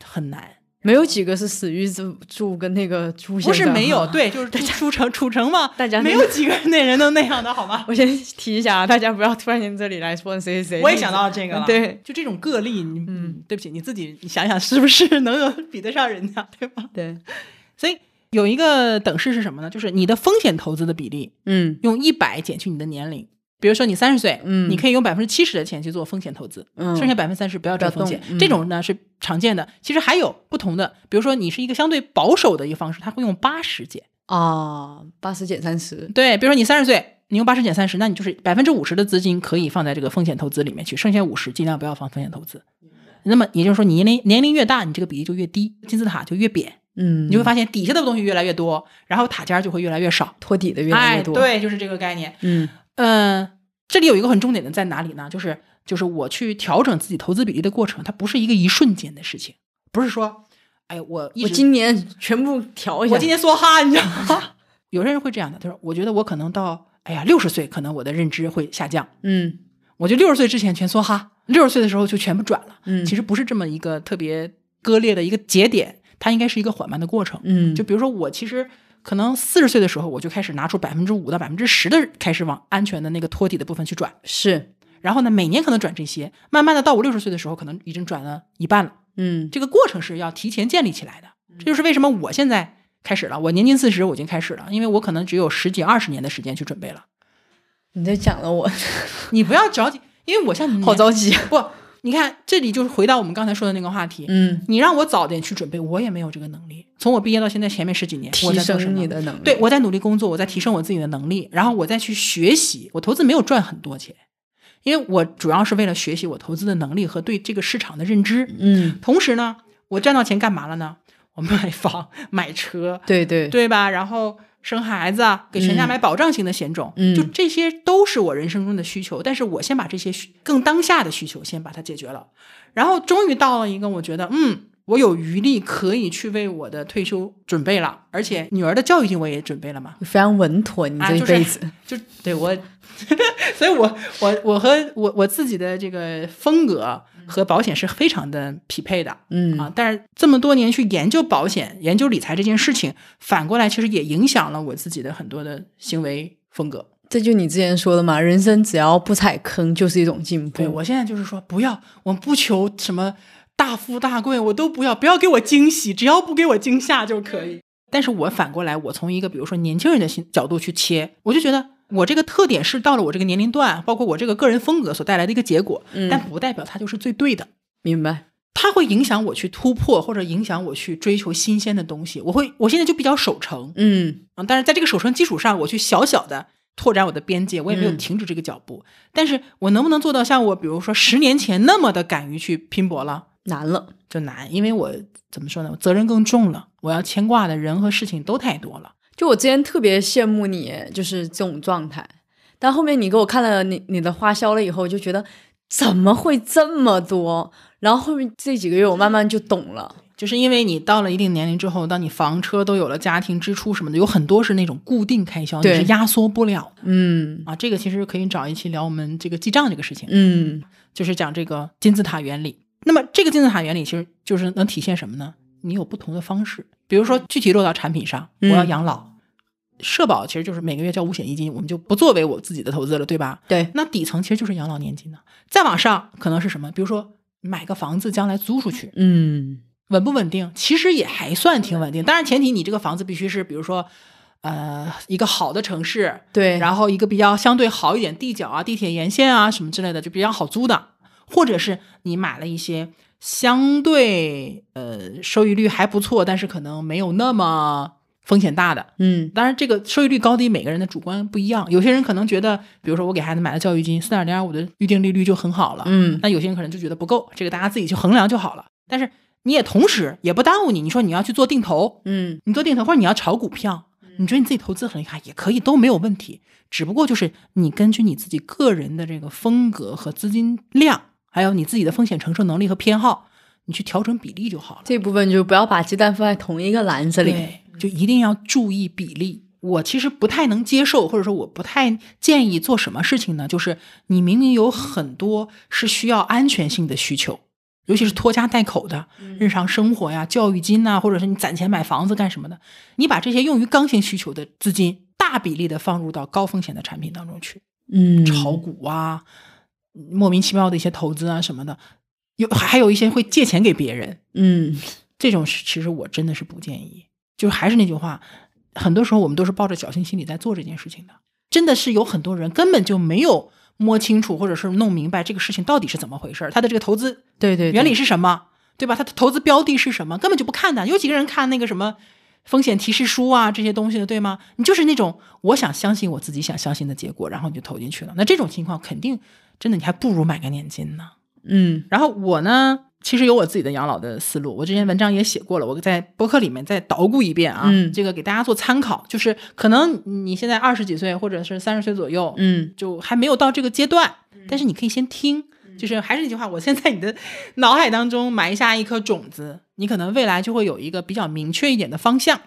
A: 很难。
B: 没有几个是死于住住跟那个朱先生，
A: 不是没 有，。对，就是出城出城嘛，
B: 啊大家
A: 没有几个那人能那样的好吗？
B: 我先提一下啊，大家不要突然间这里来说谁谁谁。
A: 我也想到这个了，
B: 对，
A: 就这种个例，你嗯，对不起，你自己你想想是不是能有比得上人家，对吧？
B: 对，
A: 所以有一个等式是什么呢？就是你的风险投资的比例
B: 嗯
A: 用一百减去你的年龄。比如说你三十岁，
B: 嗯
A: 你可以用百分之七十的钱去做风险投资，
B: 嗯
A: 剩下百分之三十不要追风险
B: 不要。动嗯
A: 这种呢是常见的。其实还有不同的，比如说你是一个相对保守的一个方式，它会用八十减。
B: 啊，八十减三十，
A: 对，比如说你三十岁，你用八十减三十，那你就是百分之五十的资金可以放在这个风险投资里面去，剩下五十尽量不要放风险投资。那么也就是说，你年龄年龄越大，你这个比例就越低，金字塔就越扁，
B: 嗯，
A: 你就会发现底下的东西越来越多，然后塔尖儿就会越来越少。
B: 托底的越来越多。
A: 哎，，对，就是这个概念。
B: 嗯
A: 嗯、这里有一个很重点的在哪里呢？就是就是我去调整自己投资比例的过程，它不是一个一瞬间的事情，不是说，哎，我一
B: 我
A: 直
B: 今年全部调一下。
A: 我今天梭哈，你知道吗？有些人会这样的，他说：“我觉得我可能到哎呀六十岁，可能我的认知会下降。
B: 嗯
A: 我就六十岁之前全梭哈，六十岁的时候就全部转了。
B: 嗯，
A: 其实不是这么一个特别割裂的一个节点，它应该是一个缓慢的过程。
B: 嗯
A: 就比如说我其实可能四十岁的时候，我就开始拿出百分之五到百分之十的开始往安全的那个托底的部分去转，
B: 是
A: 然后呢每年可能转这些，慢慢的到我六十岁的时候，可能已经转了一半了。
B: 嗯
A: 这个过程是要提前建立起来的。这就是为什么我现在开始了，我年近四十我已经开始了，因为我可能只有十几二十年的时间去准备了。
B: 你这讲的我
A: 你不要着急，因为我像你
B: 好着急。
A: 不，你看这里就是回到我们刚才说的那个话题。
B: 嗯，
A: 你让我早点去准备，我也没有这个能力。从我毕业到现在前面十几年，我
B: 提
A: 在做什
B: 升
A: 么
B: 你的能力。
A: 对，我在努力工作，我在提升我自己的能力，然后我再去学习。我投资没有赚很多钱，因为我主要是为了学习我投资的能力和对这个市场的认知。
B: 嗯，
A: 同时呢，我赚到钱干嘛了呢？我买房、买车，
B: 对对，
A: 对吧？然后生孩子啊，给全家
B: 嗯
A: 买保障型的险种，
B: 嗯
A: 就这些都是我人生中的需求。但是我先把这些需更当下的需求先把它解决了，然后终于到了一个我觉得，嗯，我有余力可以去为我的退休准备了，而且女儿的教育金我也准备了嘛，
B: 非常稳妥，你
A: 啊
B: 这一
A: 就是
B: 辈子。
A: 就对我， 所以我我我和我我自己的这个风格和保险是非常的匹配的。
B: 嗯
A: 啊，但是这么多年去研究保险、研究理财这件事情，反过来其实也影响了我自己的很多的行为风格。
B: 这就你之前说的嘛，人生只要不踩坑就是一种进步。
A: 对我现在就是说，不要，我不求什么大富大贵，我都不要，不要给我惊喜，只要不给我惊吓就可以。嗯但是我反过来，我从一个比如说年轻人的心角度去切，我就觉得我这个特点是到了我这个年龄段，包括我这个个人风格所带来的一个结果，
B: 嗯
A: 但不代表它就是最对的。
B: 明白。
A: 它会影响我去突破，或者影响我去追求新鲜的东西。我会，我现在就比较守成，
B: 嗯
A: 啊，但是在这个守成基础上，我去小小的拓展我的边界，我也没有
B: 嗯
A: 停止这个脚步。但是我能不能做到像我，比如说十年前那么的敢于去拼搏了，
B: 难了。
A: 就难，因为我怎么说呢，我责任更重了，我要牵挂的人和事情都太多了。
B: 就我之前特别羡慕你，就是这种状态，但后面你给我看了你你的花销了以后，我就觉得怎么会这么多？然后后面这几个月我慢慢就懂了。
A: 就是因为你到了一定年龄之后，当你房车都有了，家庭支出什么的，有很多是那种固定开销，你
B: 对
A: 是压缩不了的
B: 嗯
A: 啊。这个其实可以找一期聊我们这个记账这个事情，
B: 嗯
A: 就是讲这个金字塔原理。那么这个金字塔原理其实就是能体现什么呢？你有不同的方式，比如说具体落到产品上，我
B: 嗯
A: 要养老，社保其实就是每个月交五险一金，我们就不作为我自己的投资了，对吧？
B: 对，
A: 那底层其实就是养老年金呢。再往上可能是什么？比如说买个房子，将来租出去，
B: 嗯
A: 稳不稳定？其实也还算挺稳定，当然前提你这个房子必须是，比如说。呃，一个好的城市，
B: 对，后
A: 然后一个比较相对好一点地角啊、地铁沿线啊什么之类的，就比较好租的，或者是你买了一些相对呃收益率还不错，但是可能没有那么风险大的。
B: 嗯
A: 当然，这个收益率高低每个人的主观不一样，有些人可能觉得，比如说我给孩子买了教育金四点零五的预定利率就很好了，
B: 嗯
A: 那有些人可能就觉得不够，这个大家自己去衡量就好了。但是你也同时也不耽误你，你说你要去做定投，
B: 嗯
A: 你做定投或者你要炒股票，你觉得你自己投资很厉害也可以，都没有问题。只不过就是你根据你自己个人的这个风格和资金量，还有你自己的风险承受能力和偏好，你去调整比例就好了。
B: 这部分就不要把鸡蛋放在同一个篮子里。
A: 对，就一定要注意比例。我其实不太能接受，或者说我不太建议做什么事情呢？就是你明明有很多是需要安全性的需求，尤其是拖家带口的
B: 嗯
A: 日常生活呀、教育金呐、或者是你攒钱买房子干什么的，你把这些用于刚性需求的资金，大比例的放入到高风险的产品当中去，
B: 嗯，
A: 炒股啊，莫名其妙的一些投资啊什么的，有还有一些会借钱给别人，
B: 嗯
A: 这种是其实我真的是不建议。就是还是那句话，很多时候我们都是抱着侥幸心理在做这件事情的，真的是有很多人根本就没有摸清楚或者是弄明白这个事情到底是怎么回事儿，他的这个投资
B: 对对对
A: 原理是什么，对吧？他的投资标的是什么，根本就不看的。有几个人看那个什么风险提示书啊这些东西的，对吗？你就是那种我想相信我自己想相信的结果，然后你就投进去了。那这种情况肯定真的你还不如买个年金呢。
B: 嗯
A: 然后我呢，其实有我自己的养老的思路，我之前文章也写过了，我在博客里面再捣鼓一遍啊，
B: 嗯
A: 这个给大家做参考。就是可能你现在二十几岁或者是三十岁左右，
B: 嗯
A: 就还没有到这个阶段，但是你可以先听。就是还是那句话，我先在你的脑海当中埋下一颗种子，你可能未来就会有一个比较明确一点的方向。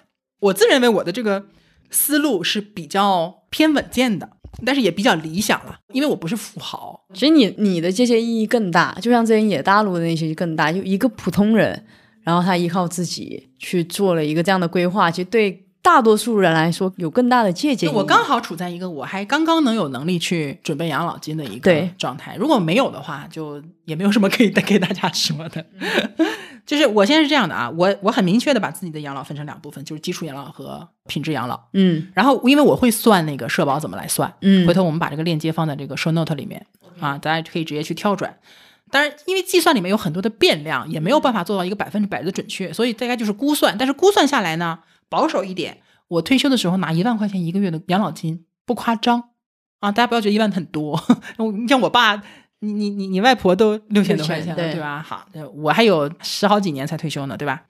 A: 我自认为我的这个思路是比较偏稳健的，但是也比较理想了，因为我不是富豪，
B: 其实你你的这些意义更大，就像之前野大陆的那些更大，就一个普通人，然后他依靠自己去做了一个这样的规划，其实对大多数人来说有更大的借
A: 就
B: 鉴意义。
A: 我刚好处在一个我还刚刚能有能力去准备养老金的一个
B: 对
A: 状态，如果没有的话，就也没有什么可以带给大家说的。
B: 嗯
A: 就是我现在是这样的啊，我我很明确的把自己的养老分成两部分，就是基础养老和品质养老。
B: 嗯
A: 然后因为我会算那个社保怎么来算，
B: 嗯
A: 回头我们把这个链接放在这个 show note 里面啊，大家可以直接去跳转。当然，因为计算里面有很多的变量，也没
B: 嗯
A: 有办法做到一个百分之百的准确，所以大概就是估算。但是估算下来呢，保守一点，我退休的时候拿一万块钱一个月的养老金，不夸张啊！大家不要觉得一万很多， 我你像我爸。你你你你外婆都六千多块钱了，
B: 6000对
A: 对吧？好，我还有十好几年才退休呢，对吧？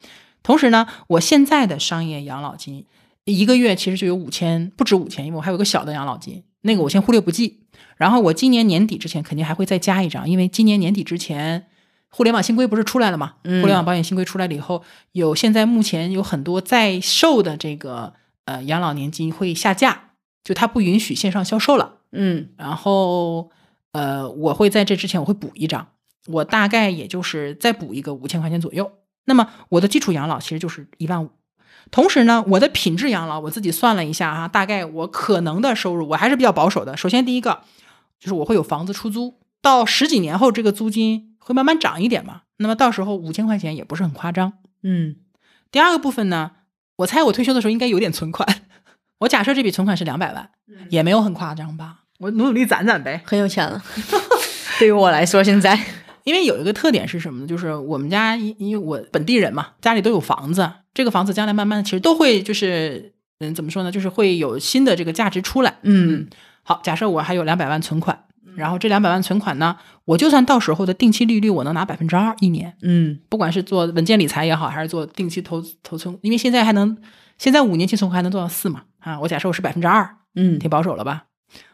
A: 同时呢，我现在的商业养老金一个月其实就有五千，不止五千，因为我还有个小的养老金，那个我先忽略不计。然后我今年年底之前肯定还会再加一张，因为今年年底之前，互联网新规不是出来了嘛？
B: 嗯
A: 互联网保险新规出来了以后，有现在目前有很多在售的这个呃养老年金会下架，就它不允许线上销售了。
B: 嗯
A: 然后呃，我会在这之前我会补一张，我大概也就是再补一个五千块钱左右。那么我的基础养老其实就是一万五，同时呢，我的品质养老我自己算了一下哈、大概我可能的收入我还是比较保守的。首先第一个就是我会有房子出租，到十几年后这个租金会慢慢涨一点嘛，那么到时候五千块钱也不是很夸张。
B: 嗯
A: 第二个部分呢，我猜我退休的时候应该有点存款， 我假设这笔存款是两百万，也没有很夸张吧，嗯我努努力攒攒呗。
B: 很有 钱了。对于我来说，现在
A: 因为有一个特点是什么呢？就是我们家因因为我本地人嘛，家里都有房子，这个房子将来慢慢其实都会就是嗯怎么说呢？就是会有新的这个价值出来。
B: 嗯
A: 好，假设我还有两百万存款，然后这两百万存款呢，我就算到时候的定期利率我能拿百分之二一年，
B: 嗯
A: 不管是做稳健理财也好，还是做定期投投存，因为现在还能现在五年期存款还能做到四嘛啊！我假设我是百分之二，
B: 嗯
A: 挺保守了吧？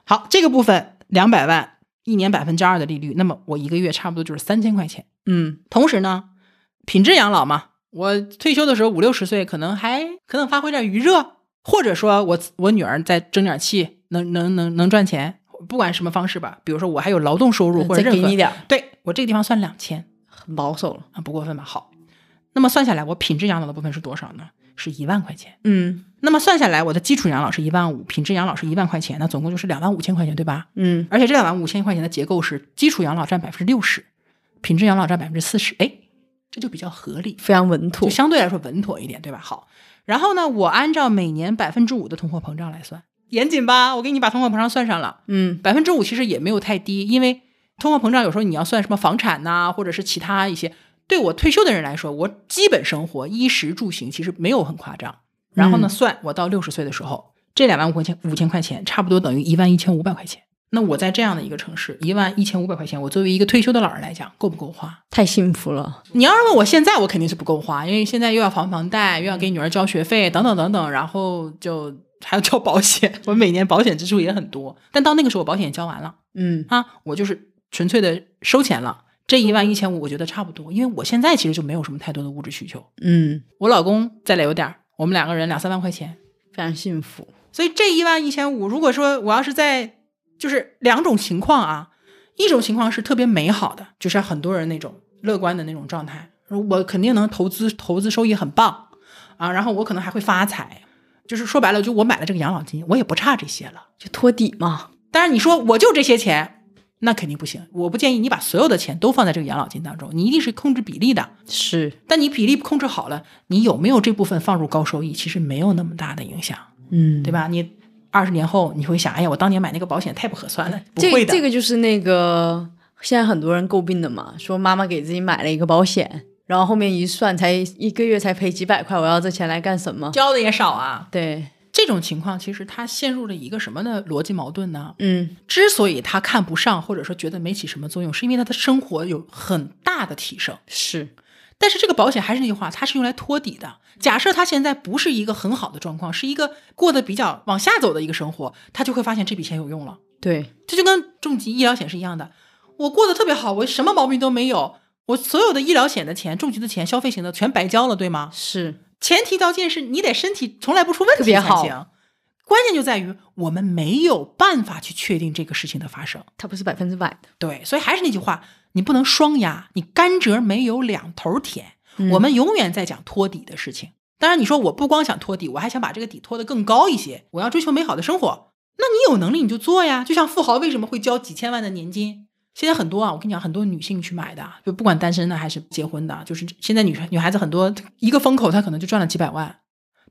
A: 好，这个部分两百万一年百分之二的利率，那么我一个月差不多就是三千块钱。
B: 嗯
A: 同时呢，品质养老嘛，我退休的时候五六十岁，可能还可能发挥点余热，或者说我我女儿再争点气，能能能能赚钱，不管什么方式吧，比如说我还有劳动收入
B: 嗯，
A: 或者
B: 再给
A: 任何
B: 你，点儿，
A: 对我这个地方算两千
B: 很保守了。
A: 啊，不过分吧？好，那么算下来，我品质养老的部分是多少呢？是一万块钱。
B: 嗯
A: 那么算下来，我的基础养老是一万五，品质养老是一万块钱，那总共就是两万五千块钱，对吧？
B: 嗯
A: 而且这两万五千块钱的结构是基础养老占百分之六十，品质养老占百分之四十，哎，这就比较合理，
B: 非常稳妥
A: 就。相对来说稳妥一点，对吧？好，然后呢，我按照每年百分之五的通货膨胀来算，严谨吧？我给你把通货膨胀算上了，
B: 嗯
A: 百分之五其实也没有太低，因为通货膨胀有时候你要算什么房产呐、或者是其他一些。对我退休的人来说，我基本生活衣食住行其实没有很夸张。然后呢，
B: 嗯
A: 算我到六十岁的时候，这两万五块钱五千块钱，差不多等于一万一千五百块钱。那我在这样的一个城市，一万一千五百块钱，我作为一个退休的老人来讲，够不够花？
B: 太幸福了。
A: 你要是问我现在，我肯定是不够花，因为现在又要还房贷，又要给女儿交学费，等等等等，然后就还要交保险， 我每年保险支出也很多。但到那个时候，我保险也交完了。
B: 嗯
A: 啊，我就是纯粹的收钱了。这一万一千五，我觉得差不多，因为我现在其实就没有什么太多的物质需求。
B: 嗯，
A: 我老公再留点儿，我们两个人两三万块钱，
B: 非常幸福。
A: 所以这一万一千五，如果说我要是在，就是两种情况啊，一种情况是特别美好的，就是很多人那种乐观的那种状态，我肯定能投资，投资收益很棒啊，然后我可能还会发财。就是说白了，就我买了这个养老金，我也不差这些了。
B: 就托底嘛。
A: 但是你说我就这些钱，那肯定不行。我不建议你把所有的钱都放在这个养老金当中，你一定是控制比例的。
B: 是，
A: 但你比例控制好了，你有没有这部分放入高收益，其实没有那么大的影响，
B: 嗯，
A: 对吧？你二十年后你会想，哎呀，我当年买那个保险太不合算了。不
B: 这
A: 会的，
B: 这个就是那个现在很多人诟病的嘛，说妈妈给自己买了一个保险，然后后面一算才一个月才赔几百块，我要这钱来干什么？
A: 交的也少啊。
B: 对，
A: 这种情况其实他陷入了一个什么的逻辑矛盾呢？
B: 嗯，
A: 之所以他看不上，或者说觉得没起什么作用，是因为他的生活有很大的提升。
B: 是，
A: 但是这个保险还是那句话，它是用来托底的。假设他现在不是一个很好的状况，是一个过得比较往下走的一个生活，他就会发现这笔钱有用了。
B: 对，
A: 这就跟重疾医疗险是一样的。我过得特别好，我什么毛病都没有，我所有的医疗险的钱、重疾的钱、消费型的全白交了，对吗？
B: 是，
A: 前提条件是你得身体从来不出问
B: 特
A: 题
B: 别
A: 才
B: 好
A: 行。关键就在于我们没有办法去确定这个事情的发生。
B: 它不是百分之百的。
A: 对，所以还是那句话，你不能双压，你甘蔗没有两头甜。
B: 嗯
A: 我们永远在讲托底的事情。当然，你说我不光想托底，我还想把这个底托得更高一些，我要追求美好的生活。那你有能力你就做呀。就像富豪为什么会交几千万的年金？现在很多啊，我跟你讲，很多女性去买的，啊就不管单身的还是结婚的，啊就是现在女女孩子很多一个风口，她可能就赚了几百万，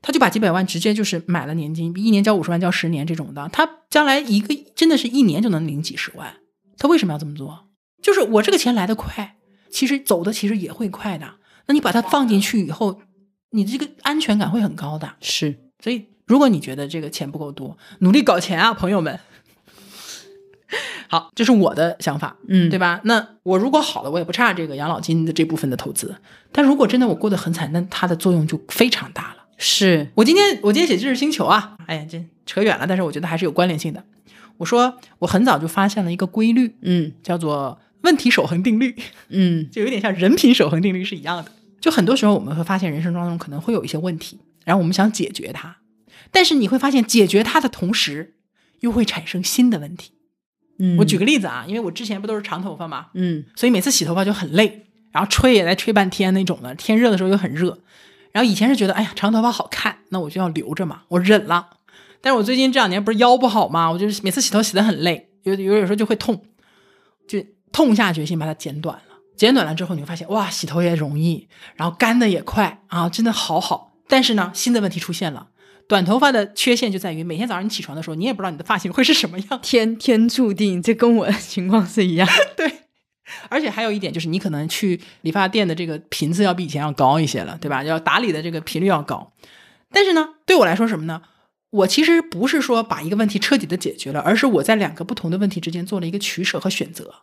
A: 她就把几百万直接就是买了年金，一年交五十万，交十年这种的，她将来一个真的是一年就能领几十万。他为什么要这么做？就是我这个钱来得快，其实走的其实也会快的。那你把它放进去以后，你这个安全感会很高的。
B: 嗯是，
A: 所以，如果你觉得这个钱不够多，努力搞钱啊，朋友们。好，这是我的想法，
B: 嗯，
A: 对
B: 吧？
A: 吧？那我如果好了，我也不差这个养老金的这部分的投资。但如果真的我过得很惨，那它的作用就非常大了。
B: 是，
A: 我今天我今天写知识星球啊，哎呀，这扯远了，但是我觉得还是有关联性的。我说我很早就发现了一个规律，
B: 嗯
A: 叫做问题守恒定律，
B: 嗯，
A: 就有点像人品守恒定律是一样的。就很多时候我们会发现人生当中可能会有一些问题，然后我们想解决它，但是你会发现解决它的同时，又会产生新的问题。
B: 嗯
A: 我举，个例子啊，因为我之前不都是长头发嘛，
B: 嗯
A: 所以每次洗头发就很累，然后吹也得吹半天那种的，天热的时候又很热。然后以前是觉得，哎呀，长头发好看，那我就要留着嘛，我忍了。但是我最近这两年不是腰不好嘛，我就是每次洗头洗得很累，有有有时候就会痛，就痛下决心把它剪短了。剪短了之后，你会发现，哇，洗头也容易，然后干的也快啊，真的好好。但是呢，新的问题出现了，短头发的缺陷就在于每天早上你起床的时候，你也不知道你的发型会是什么样。
B: 天天注定，这跟我的情况是一 样。
A: 对，而且还有一点就是，你可能去理发店的这个频次要比以前要高一些了，对吧？要打理的这个频率要高。但是呢，对我来说什么呢？我其实不是说把一个问题彻底的解决了，而是我在两个不同的问题之间做了一个取舍和选择。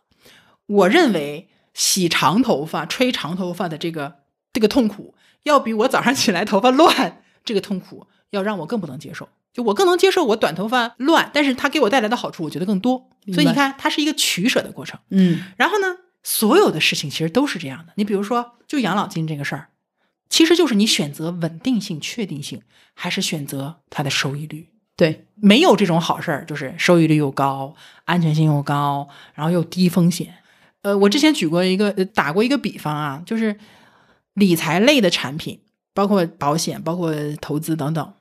A: 我认为洗长头发、吹长头发的这个这个痛苦，要比我早上起来头发乱这个痛苦要让我更不能接受。就我更能接受我短头发乱，但是它给我带来的好处，我觉得更多。所以你
B: 明白
A: 看，它是一个取舍的过程。
B: 嗯
A: 然后呢，所有的事情其实都是这样的。你比如说，就养老金这个事儿，其实就是你选择稳定性、确定性，还是选择它的收益率。
B: 对，
A: 没有这种好事儿，就是收益率又高，安全性又高，然后又低风险。呃，我之前举过一个，呃打过一个比方啊，就是理财类的产品，包括保险、包括投资等等，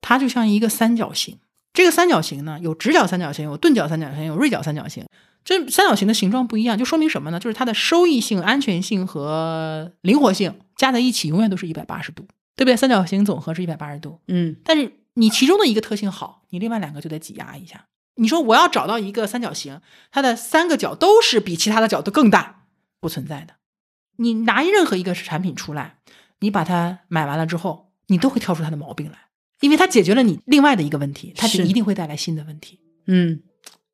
A: 它就像一个三角形。这个三角形呢，有直角三角形，有钝角三角形，有锐角三角形。这三角形的形状不一样，就说明什么呢？就是它的收益性、安全性和灵活性加在一起，永远都是一百八十度，对不对？三角形总和是一百八十度。
B: 嗯
A: 但是你其中的一个特性好，你另外两个就得挤压一下。你说我要找到一个三角形，它的三个角都是比其他的角都更大，不存在的。你拿任何一个产品出来，你把它买完了之后，你都会挑出它的毛病来，因为它解决了你另外的一个问题，它就是一定会带来新的问题。
B: 嗯，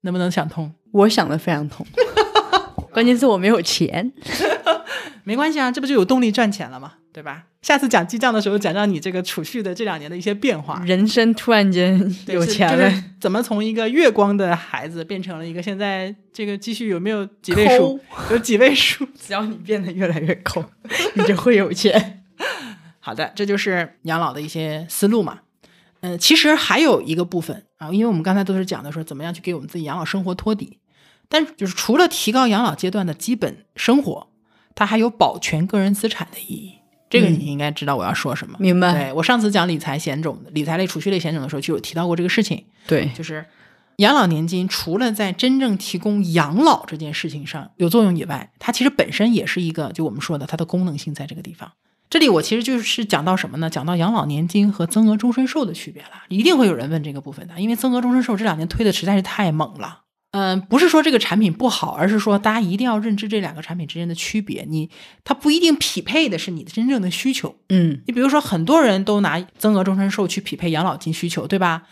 A: 能不能想通？
B: 我想的非常 通，关键是我没有钱。
A: 没关系啊，这不就有动力赚钱了吗？对吧？下次讲记账的时候，讲讲你这个储蓄的这两年的一些变化。
B: 人生突然间
A: 对
B: 有
A: 是
B: 钱
A: 就
B: 了，
A: 是怎么从一个月光的孩子变成了一个现在这个积蓄有没有几位数？有几位数？
B: 只要你变得越来越抠， 你就会有钱。
A: 好的，这就是养老的一些思路嘛。嗯、其实还有一个部分啊，因为我们刚才都是讲的说怎么样去给我们自己养老生活托底，但就是除了提高养老阶段的基本生活，它还有保全个人资产的意义。这个你应该知道我要说什么。
B: 嗯明白
A: 对我上次讲理财险种、理财类储蓄类险种的时候，就有提到过这个事情，
B: 对，
A: 就是养老年金除了在真正提供养老这件事情上有作用以外，它其实本身也是一个，就我们说的它的功能性在这个地方。这里我其实就是讲到什么呢？讲到养老年金和增额终身寿的区别了。一定会有人问这个部分的，因为增额终身寿这两年推的实在是太猛了。嗯，不是说这个产品不好，而是说大家一定要认知这两个产品之间的区别。你它不一定匹配的是你的真正的需求。
B: 嗯，
A: 你比如说，很多人都拿增额终身寿去匹配养老金需求，对吧？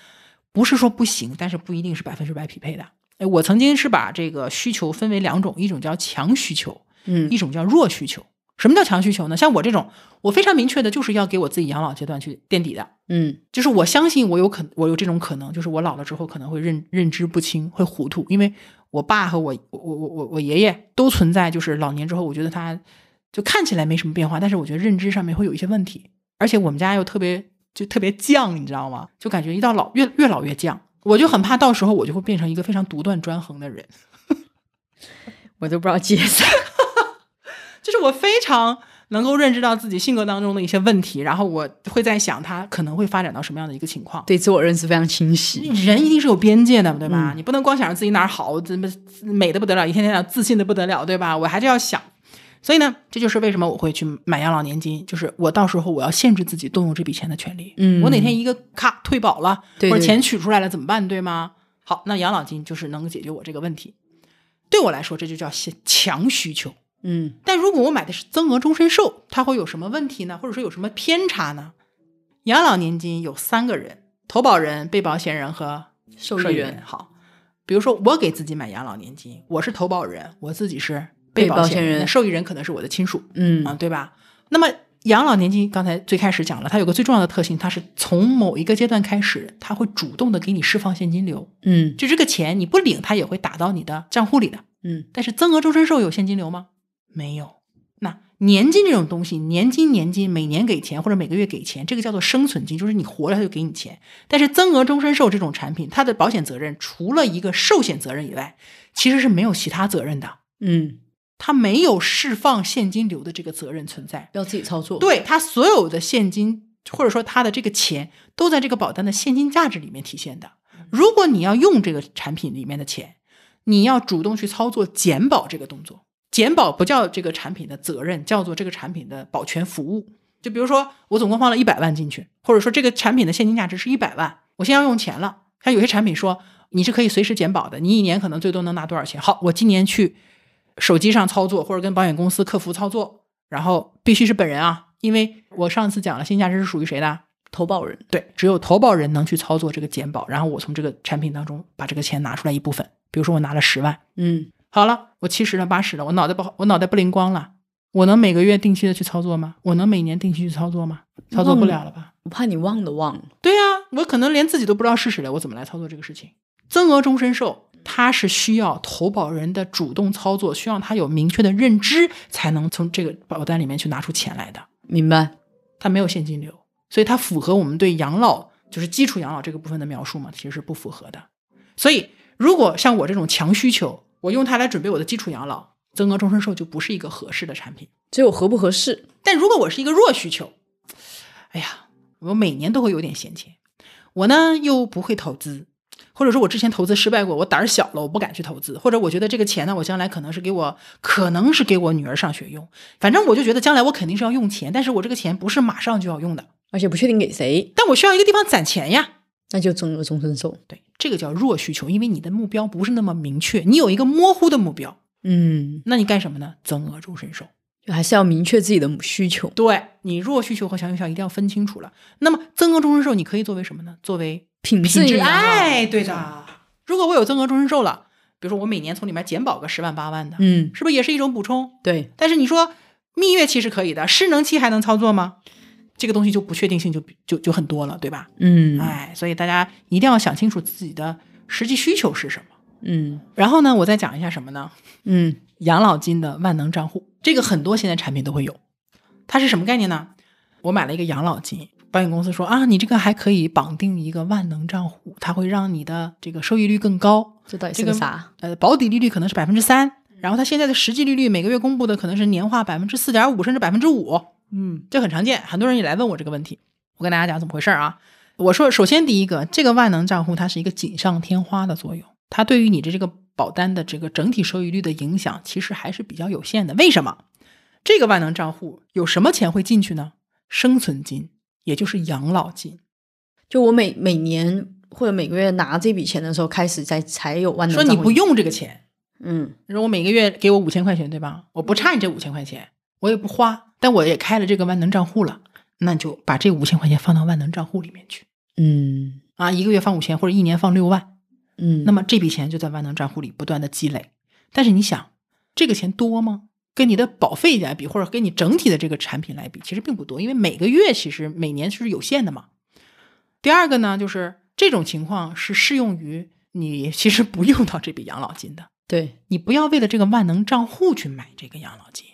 A: 不是说不行，但是不一定是百分之百匹配的。哎，我曾经是把这个需求分为两种，一种叫强需求，
B: 嗯
A: 一种叫弱需求。什么叫强需求呢？像我这种，我非常明确的就是要给我自己养老阶段去垫底的，
B: 嗯
A: 就是我相信我有可，我有这种可能，就是我老了之后可能会认认知不清，会糊涂，因为我爸和我我我我我爷爷都存在，就是老年之后，我觉得他就看起来没什么变化，但是我觉得认知上面会有一些问题，而且我们家又特别就特别犟，你知道吗？就感觉一到老越越老越犟，我就很怕到时候我就会变成一个非常独断专横的人，
B: 我都不知道接啥。
A: 就是我非常能够认知到自己性格当中的一些问题，然后我会在想他可能会发展到什么样的一个情况。
B: 对自我认识非常清晰。
A: 人一定是有边界的，对
B: 嗯
A: 吧？你不能光想着自己哪儿好，怎么美的不得了，一天天想自信的不得了，对吧？我还是要想。所以呢，这就是为什么我会去买养老年金，就是我到时候我要限制自己动用这笔钱的权利。
B: 嗯
A: 我哪天一个咔退保了，
B: 对
A: 或者
B: 对
A: 钱取出来了怎么办，对吗？好，那养老金就是能够解决我这个问题。对我来说，这就叫先强需求。
B: 嗯
A: 但如果我买的是增额终身寿，它会有什么问题呢？或者说有什么偏差呢？养老年金有三个人：投保人、被保险人和
B: 嗯受
A: 受
B: 益
A: 益
B: 人
A: 人。好，比如说我给自己买养老年金，我是投保人，我自己是
B: 被保
A: 保
B: 险
A: 险
B: 人
A: 那受益人可能是我的亲属，啊、
B: 嗯
A: 对吧？那么养老年金刚才最开始讲了，它有个最重要的特性，它是从某一个阶段开始，它会主动的给你释放现金流，
B: 嗯
A: 就这个钱你不领，它也会打到你的账户里的。
B: 嗯
A: 但是增额终身寿有现金流吗？没有。那年金这种东西，年金年金每年给钱或者每个月给钱，这个叫做生存金，就是你活着他就给你钱。但是增额终身寿这种产品，它的保险责任除了一个寿险责任以外，其实是没有其他责任的，
B: 嗯，
A: 它没有释放现金流的这个责任存在。
B: 要自己操作。，
A: 对它所有的现金或者说它的这个钱，都在这个保单的现金价值里面体现的。如果你要用这个产品里面的钱，你要主动去操作减保这个动作。减保不叫这个产品的责任，叫做这个产品的保全服务。就比如说，我总共放了一百万进去，或者说这个产品的现金价值是一百万，我现在要用钱了。像有些产品说你是可以随时减保的，你一年可能最多能拿多少钱？好，我今年去手机上操作，或者跟保险公司客服操作，然后必须是本人啊，因为我上次讲了，现金价值是属于谁的？
B: 投保人。
A: 对，只有投保人能去操作这个减保，然后我从这个产品当中把这个钱拿出来一部分，比如说我拿了十万，
B: 嗯，
A: 好了，我七十了，八十了，我脑袋不好，我脑袋不灵光了，我能每个月定期的去操作吗？我能每年定期去操作吗？操作不了了吧？
B: 我怕你忘的忘了。
A: 对呀、我可能连自己都不知道是谁了，我怎么来操作这个事情？增额终身寿，它是需要投保人的主动操作，需要他有明确的认知，才能从这个保单里面去拿出钱来的。
B: 明白。
A: 它没有现金流，所以它符合我们对养老就是基础养老这个部分的描述吗？其实是不符合的。所以，如果像我这种强需求，我用它来准备我的基础养老，增额终身寿就不是一个合适的产品。
B: 只有合不合适。
A: 但如果我是一个弱需求，哎呀，我每年都会有点闲钱，我呢又不会投资，或者说我之前投资失败过，我胆儿小了，我不敢去投资，或者我觉得这个钱呢，我将来可能是给我，可能是给我女儿上学用，反正我就觉得将来我肯定是要用钱，但是我这个钱不是马上就要用的，
B: 而且不确定给谁，
A: 但我需要一个地方攒钱呀。
B: 那就增额终身寿。
A: 对，这个叫弱需求，因为你的目标不是那么明确，你有一个模糊的目标，
B: 嗯，
A: 那你干什么呢？增额终身寿。
B: 就还是要明确自己的需求。
A: 对你弱需求和强需求一定要分清楚了。那么增额终身寿你可以作为什么呢？作为
B: 品质
A: 品质
B: 养老
A: 哎，对的。如果我有增额终身寿了，比如说我每年从里面减保个十万八万的，
B: 嗯，
A: 是不是也是一种补充？
B: 对，
A: 但是你说蜜月期是可以的，失能期还能操作吗？这个东西就不确定性就就就很多了，对吧？
B: 嗯
A: 哎，所以大家一定要想清楚自己的实际需求是什么。
B: 嗯
A: 然后呢，我再讲一下什么呢？
B: 嗯
A: 养老金的万能账户，这个很多现在产品都会有。它是什么概念呢？我买了一个养老金，保险公司说啊，你这个还可以绑定一个万能账户，它会让你的这个收益率更高。
B: 这到底
A: 这
B: 是
A: 个
B: 个啥？
A: 呃，保底利率可能是百分之三，然后它现在的实际利率每个月公布的可能是年化百分之四点五甚至百分之五，
B: 嗯
A: 这很常见，很多人也来问我这个问题。我跟大家讲怎么回事儿啊？我说，首先第一个，这个万能账户它是一个锦上添花的作用，它对于你的这个保单的这个整体收益率的影响其实还是比较有限的。为什么？这个万能账户有什么钱会进去呢？生存金，也就是养老金。
B: 就我每每年或者每个月拿这笔钱的时候，开始在才有万能
A: 说
B: 账
A: 你
B: 户
A: 不，用这个钱，
B: 嗯，
A: 你说我每个月给我五千块钱，对吧？我不差你这五千块钱，我也不花，但我也开了这个万能账户了，那你就把这五千块钱放到万能账户里面去
B: 嗯
A: 啊，一个月放五千或者一年放六万，
B: 嗯，
A: 那么这笔钱就在万能账户里不断的积累。但是你想，这个钱多吗？跟你的保费来比，或者跟你整体的这个产品来比，其实并不多，因为每个月其实每年是有限的嘛。第二个呢，就是这种情况是适用于你其实不用到这笔养老金的，
B: 对，
A: 你不要为了这个万能账户去买这个养老金，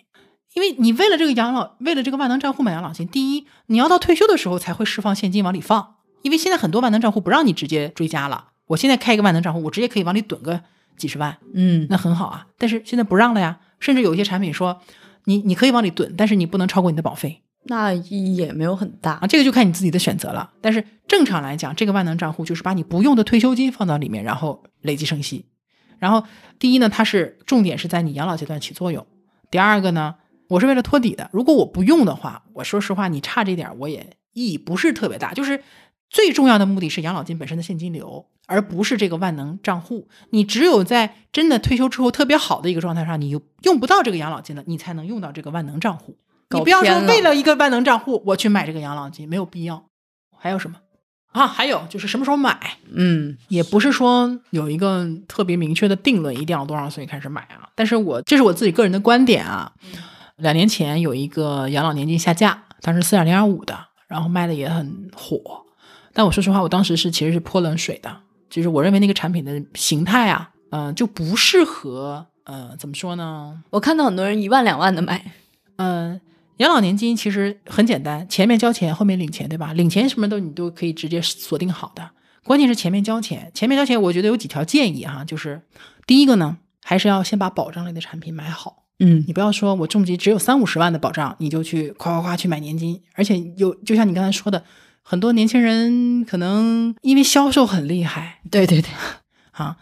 A: 因为你为了这个养老，为了这个万能账户买养老金，第一，你要到退休的时候才会释放现金往里放，因为现在很多万能账户不让你直接追加了。我现在开一个万能账户，我直接可以往里趸个几十万，
B: 嗯
A: 那很好啊。但是现在不让了呀，甚至有一些产品说，你你可以往里趸，但是你不能超过你的保费。
B: 那意义也没有很大
A: 啊，，这个就看你自己的选择了。但是正常来讲，这个万能账户就是把你不用的退休金放到里面，然后累积生息。然后第一呢，它是重点是在你养老阶段起作用；第二个呢，我是为了托底的。如果我不用的话，我说实话，你差这点儿我也意义不是特别大。就是最重要的目的是养老金本身的现金流，而不是这个万能账户。你只有在真的退休之后特别好的一个状态上，你用用不到这个养老金了，你才能用到这个万能账户。你
B: 搞
A: 不要说
B: 偏了
A: 为了一个万能账户我去买这个养老金，没有必要。还有什么啊？还有就是什么时候买，
B: 嗯
A: 也不是说有一个特别明确的定论，一定要多少岁开始买啊。但是我这是我自己个人的观点啊。两年前有一个养老年金下架，当时四点零二五的，然后卖的也很火。但我说实话，我当时是其实是泼冷水的，就是我认为那个产品的形态啊，嗯、就不适合，呃，怎么说呢？
B: 我看到很多人一万两万的买，
A: 嗯，养老年金其实很简单，前面交钱，后面领钱，对吧？领钱什么都你都可以直接锁定好的，关键是前面交钱。前面交钱，我觉得有几条建议哈，就是第一个呢，还是要先把保障类的产品买好。
B: 嗯
A: 你不要说我重疾只有三五十万的保障，你就去夸夸夸去买年金，而且有就像你刚才说的，很多年轻人可能因为销售很厉害，
B: 对对对，
A: 啊，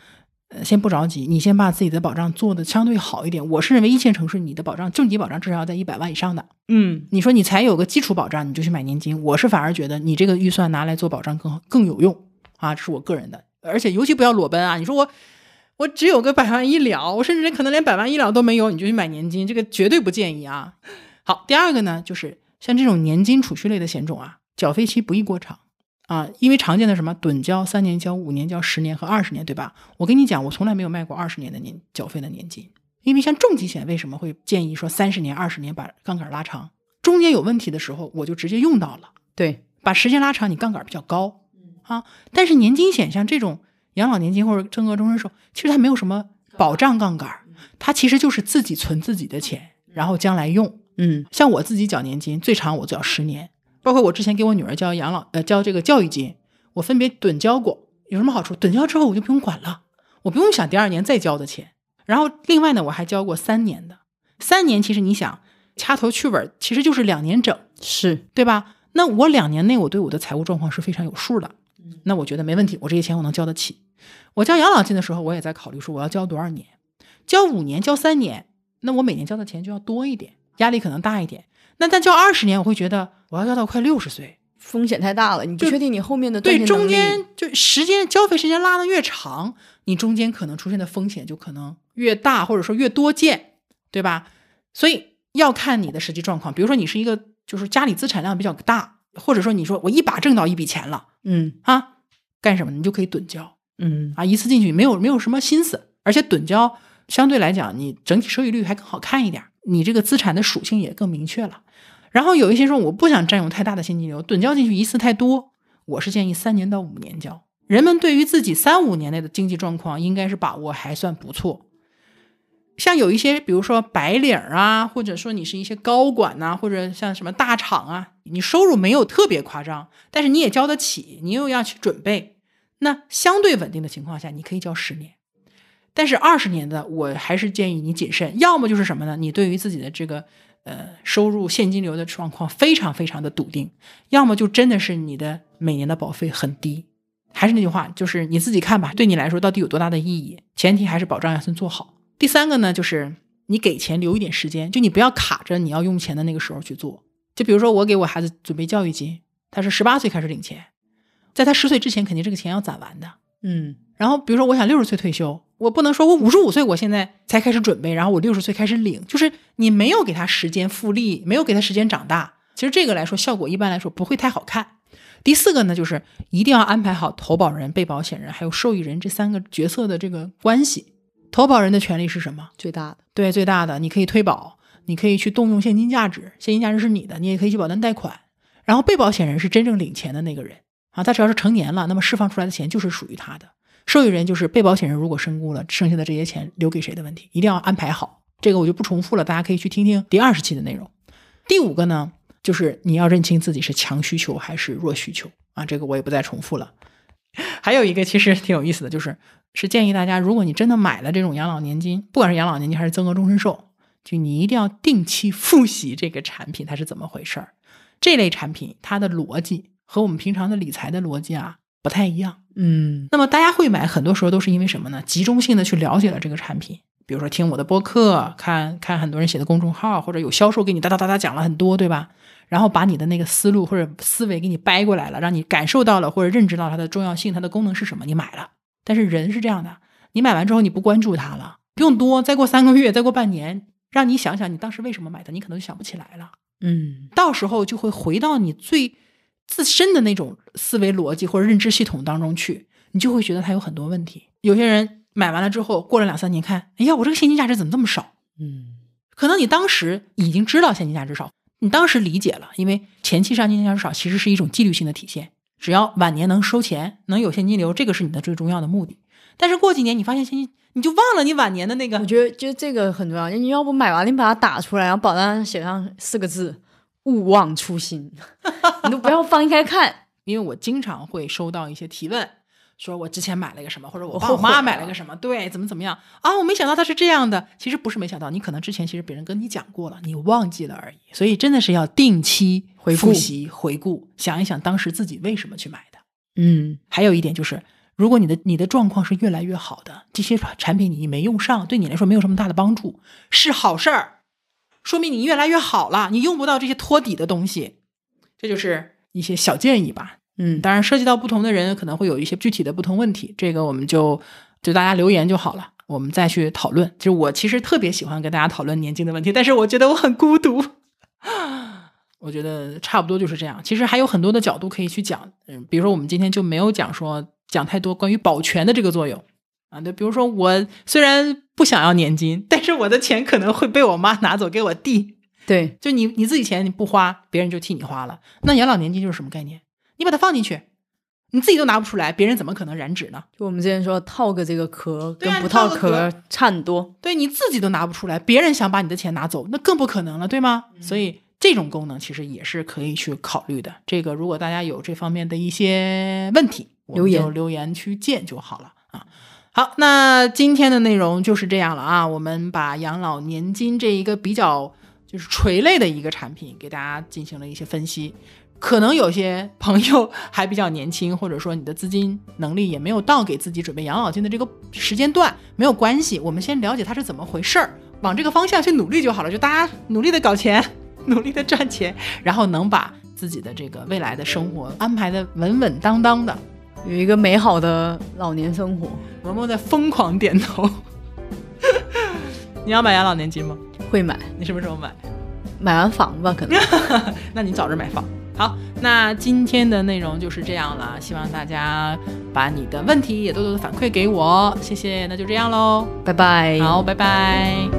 A: 呃，先不着急，你先把自己的保障做的相对好一点。我是认为一线城市你的保障，重疾保障至少要在一百万以上的。
B: 嗯
A: 你说你才有个基础保障，你就去买年金，我是反而觉得你这个预算拿来做保障更好更有用啊，这是我个人的。而且尤其不要裸奔啊！你说我我只有个百万医疗，我甚至连可能连百万医疗都没有，你就去买年金，这个绝对不建议啊。好，第二个呢，就是像这种年金储蓄类的险种啊，缴费期不宜过长啊，因为常见的什么趸交、三年交、五年交、十年和二十年，对吧？我跟你讲，我从来没有卖过二十年的年缴费的年金，因为像重疾险为什么会建议说三十年、二十年把杠杆拉长？中间有问题的时候，我就直接用到了，
B: 对，
A: 把时间拉长，你杠杆比较高啊。但是年金险像这种养老年金或者增额终身寿，其实它没有什么保障杠杆，它其实就是自己存自己的钱，然后将来用。
B: 嗯
A: 像我自己缴年金，最长我缴十年，包括我之前给我女儿交养老呃交这个教育金，我分别趸交过，有什么好处？趸交之后我就不用管了，我不用想第二年再交的钱。然后另外呢，我还交过三年的，三年其实你想掐头去尾儿，其实就是两年整，
B: 是，
A: 对吧？那我两年内我对我的财务状况是非常有数的，那我觉得没问题，我这些钱我能交得起。我交养老金的时候，我也在考虑说我要交多少年，交五年，交三年，那我每年交的钱就要多一点，压力可能大一点。那但交二十年，我会觉得我要交到快六十岁，
B: 风险太大了，你不
A: 就
B: 确定你后面的
A: 对
B: 赚钱
A: 中
B: 能力
A: 间就时间交费时间拉的越长，你中间可能出现的风险就可能越大，或者说越多见，对吧？所以要看你的实际状况。比如说你是一个就是家里资产量比较大，或者说你说我一把挣到一笔钱了
B: 嗯
A: 啊，干什么呢你就可以趸交
B: 嗯
A: 啊，一次进去没有没有什么心思，而且趸交相对来讲你整体收益率还更好看一点，你这个资产的属性也更明确了。然后有一些说我不想占用太大的现金流，趸交进去一次太多，我是建议三年到五年交。人们对于自己三五年内的经济状况应该是把握还算不错。像有一些，比如说白领儿啊，或者说你是一些高管呐、或者像什么大厂啊，你收入没有特别夸张，但是你也交得起，你又要去准备，那相对稳定的情况下，你可以交十年。但是二十年的，我还是建议你谨慎，要么就是什么呢？你对于自己的这个呃收入现金流的状况非常非常的笃定，要么就真的是你的每年的保费很低。还是那句话，就是你自己看吧，对你来说到底有多大的意义？前提还是保障要先做好。第三个呢，就是你给钱留一点时间，就你不要卡着你要用钱的那个时候去做。就比如说我给我孩子准备教育金，他是十八岁开始领钱，在他十岁之前肯定这个钱要攒完的。
B: 嗯
A: 然后比如说我想六十岁退休，我不能说我五十五岁我现在才开始准备，然后我六十岁开始领，就是你没有给他时间复利，没有给他时间长大，其实这个来说效果一般来说不会太好看。第四个呢，就是一定要安排好投保人、被保险人还有受益人这三个角色的这个关系。投保人的权利是什么？
B: 最大的
A: 对，最大的你可以推保，你可以去动用现金价值，现金价值是你的，你也可以去保单贷款。然后被保险人是真正领钱的那个人啊，他只要是成年了，那么释放出来的钱就是属于他的。受益人就是被保险人，如果身故了，剩下的这些钱留给谁的问题，一定要安排好。这个我就不重复了，大家可以去听听第二十期的内容。第五个呢，就是你要认清自己是强需求还是弱需求啊，这个我也不再重复了。还有一个其实挺有意思的，就是是建议大家，如果你真的买了这种养老年金，不管是养老年金还是增额终身寿，就你一定要定期复习这个产品它是怎么回事儿。这类产品它的逻辑和我们平常的理财的逻辑啊不太一样。
B: 嗯
A: 那么大家会买，很多时候都是因为什么呢？集中性的去了解了这个产品，比如说听我的播客，看看很多人写的公众号，或者有销售给你哒哒哒哒讲了很多，对吧？然后把你的那个思路或者思维给你掰过来了，让你感受到了或者认知到它的重要性，它的功能是什么，你买了。但是人是这样的，你买完之后你不关注它了，不用多，再过三个月，再过半年，让你想想你当时为什么买的，你可能就想不起来了。
B: 嗯
A: 到时候就会回到你最自身的那种思维逻辑或者认知系统当中去，你就会觉得它有很多问题。有些人买完了之后，过了两三年看，哎呀，我这个现金价值怎么这么少？
B: 嗯
A: 可能你当时已经知道现金价值少，你当时理解了，因为前期上现金价值少其实是一种纪律性的体现，只要晚年能收钱，能有现金流，这个是你的最重要的目的。但是过几年你发现现金，你就忘了你晚年的那个
B: 我觉得就这个很重要，你要不买完了你把它打出来，然后保单上写上四个字“勿忘初心”，你都不要放开看。
A: 因为我经常会收到一些提问，说我之前买了一个什么，或者我
B: 我
A: 爸
B: 后
A: 我妈
B: 悔
A: 买
B: 了
A: 了个什么，对，怎么怎么样啊？我没想到它是这样的，其实不是没想到，你可能之前其实别人跟你讲过了，你忘记了而已。所以真的是要定期
B: 回
A: 复
B: 顾
A: 习、回顾，想一想当时自己为什么去买的。
B: 嗯
A: 还有一点就是，如果你的你的状况是越来越好的，这些产品你没用上，对你来说没有什么大的帮助，是好事儿，说明你越来越好了，你用不到这些托底的东西。这就是一些小建议吧，
B: 嗯，
A: 当然，涉及到不同的人，可能会有一些具体的不同问题，这个我们就就大家留言就好了，我们再去讨论。就是我其实特别喜欢跟大家讨论年金的问题，但是我觉得我很孤独。我觉得差不多就是这样。其实还有很多的角度可以去讲，嗯，比如说我们今天就没有讲说讲太多关于保全的这个作用啊，对，比如说我虽然不想要年金，但是我的钱可能会被我妈拿走给我弟，
B: 对，
A: 就你你自己钱你不花，别人就替你花了。那养老年金就是什么概念？你把它放进去，你自己都拿不出来，别人怎么可能染指呢？
B: 就我们之前说套个这个壳
A: 对
B: 跟
A: 啊
B: 不
A: 你套
B: 套
A: 个
B: 壳差很多。
A: 对你自己都拿不出来，别人想把你的钱拿走，那更不可能了，对吗？
B: 嗯
A: 所以这种功能其实也是可以去考虑的。这个如果大家有这方面的一些问题，我们
B: 留言
A: 就留言去见就好了啊。好，那今天的内容就是这样了啊。我们把养老年金这一个比较就是垂类的一个产品，给大家进行了一些分析。可能有些朋友还比较年轻，或者说你的资金能力也没有到给自己准备养老金的这个时间段，没有关系，我们先了解它是怎么回事儿，往这个方向去努力就好了。就大家努力的搞钱， 努力的赚钱，然后能把自己的这个未来的生活安排的稳稳当当的。
B: 有一个美好的老年生活，
A: 萌萌在疯狂点头。 你要买养老年金吗？
B: 会买
A: 你什么时候买？
B: 买完房吧，可能
A: 那你早日买房。好，那今天的内容就是这样了，希望大家把你的问题也多多的反馈给我，谢谢。那就这样喽，
B: 拜拜。
A: 好，拜拜。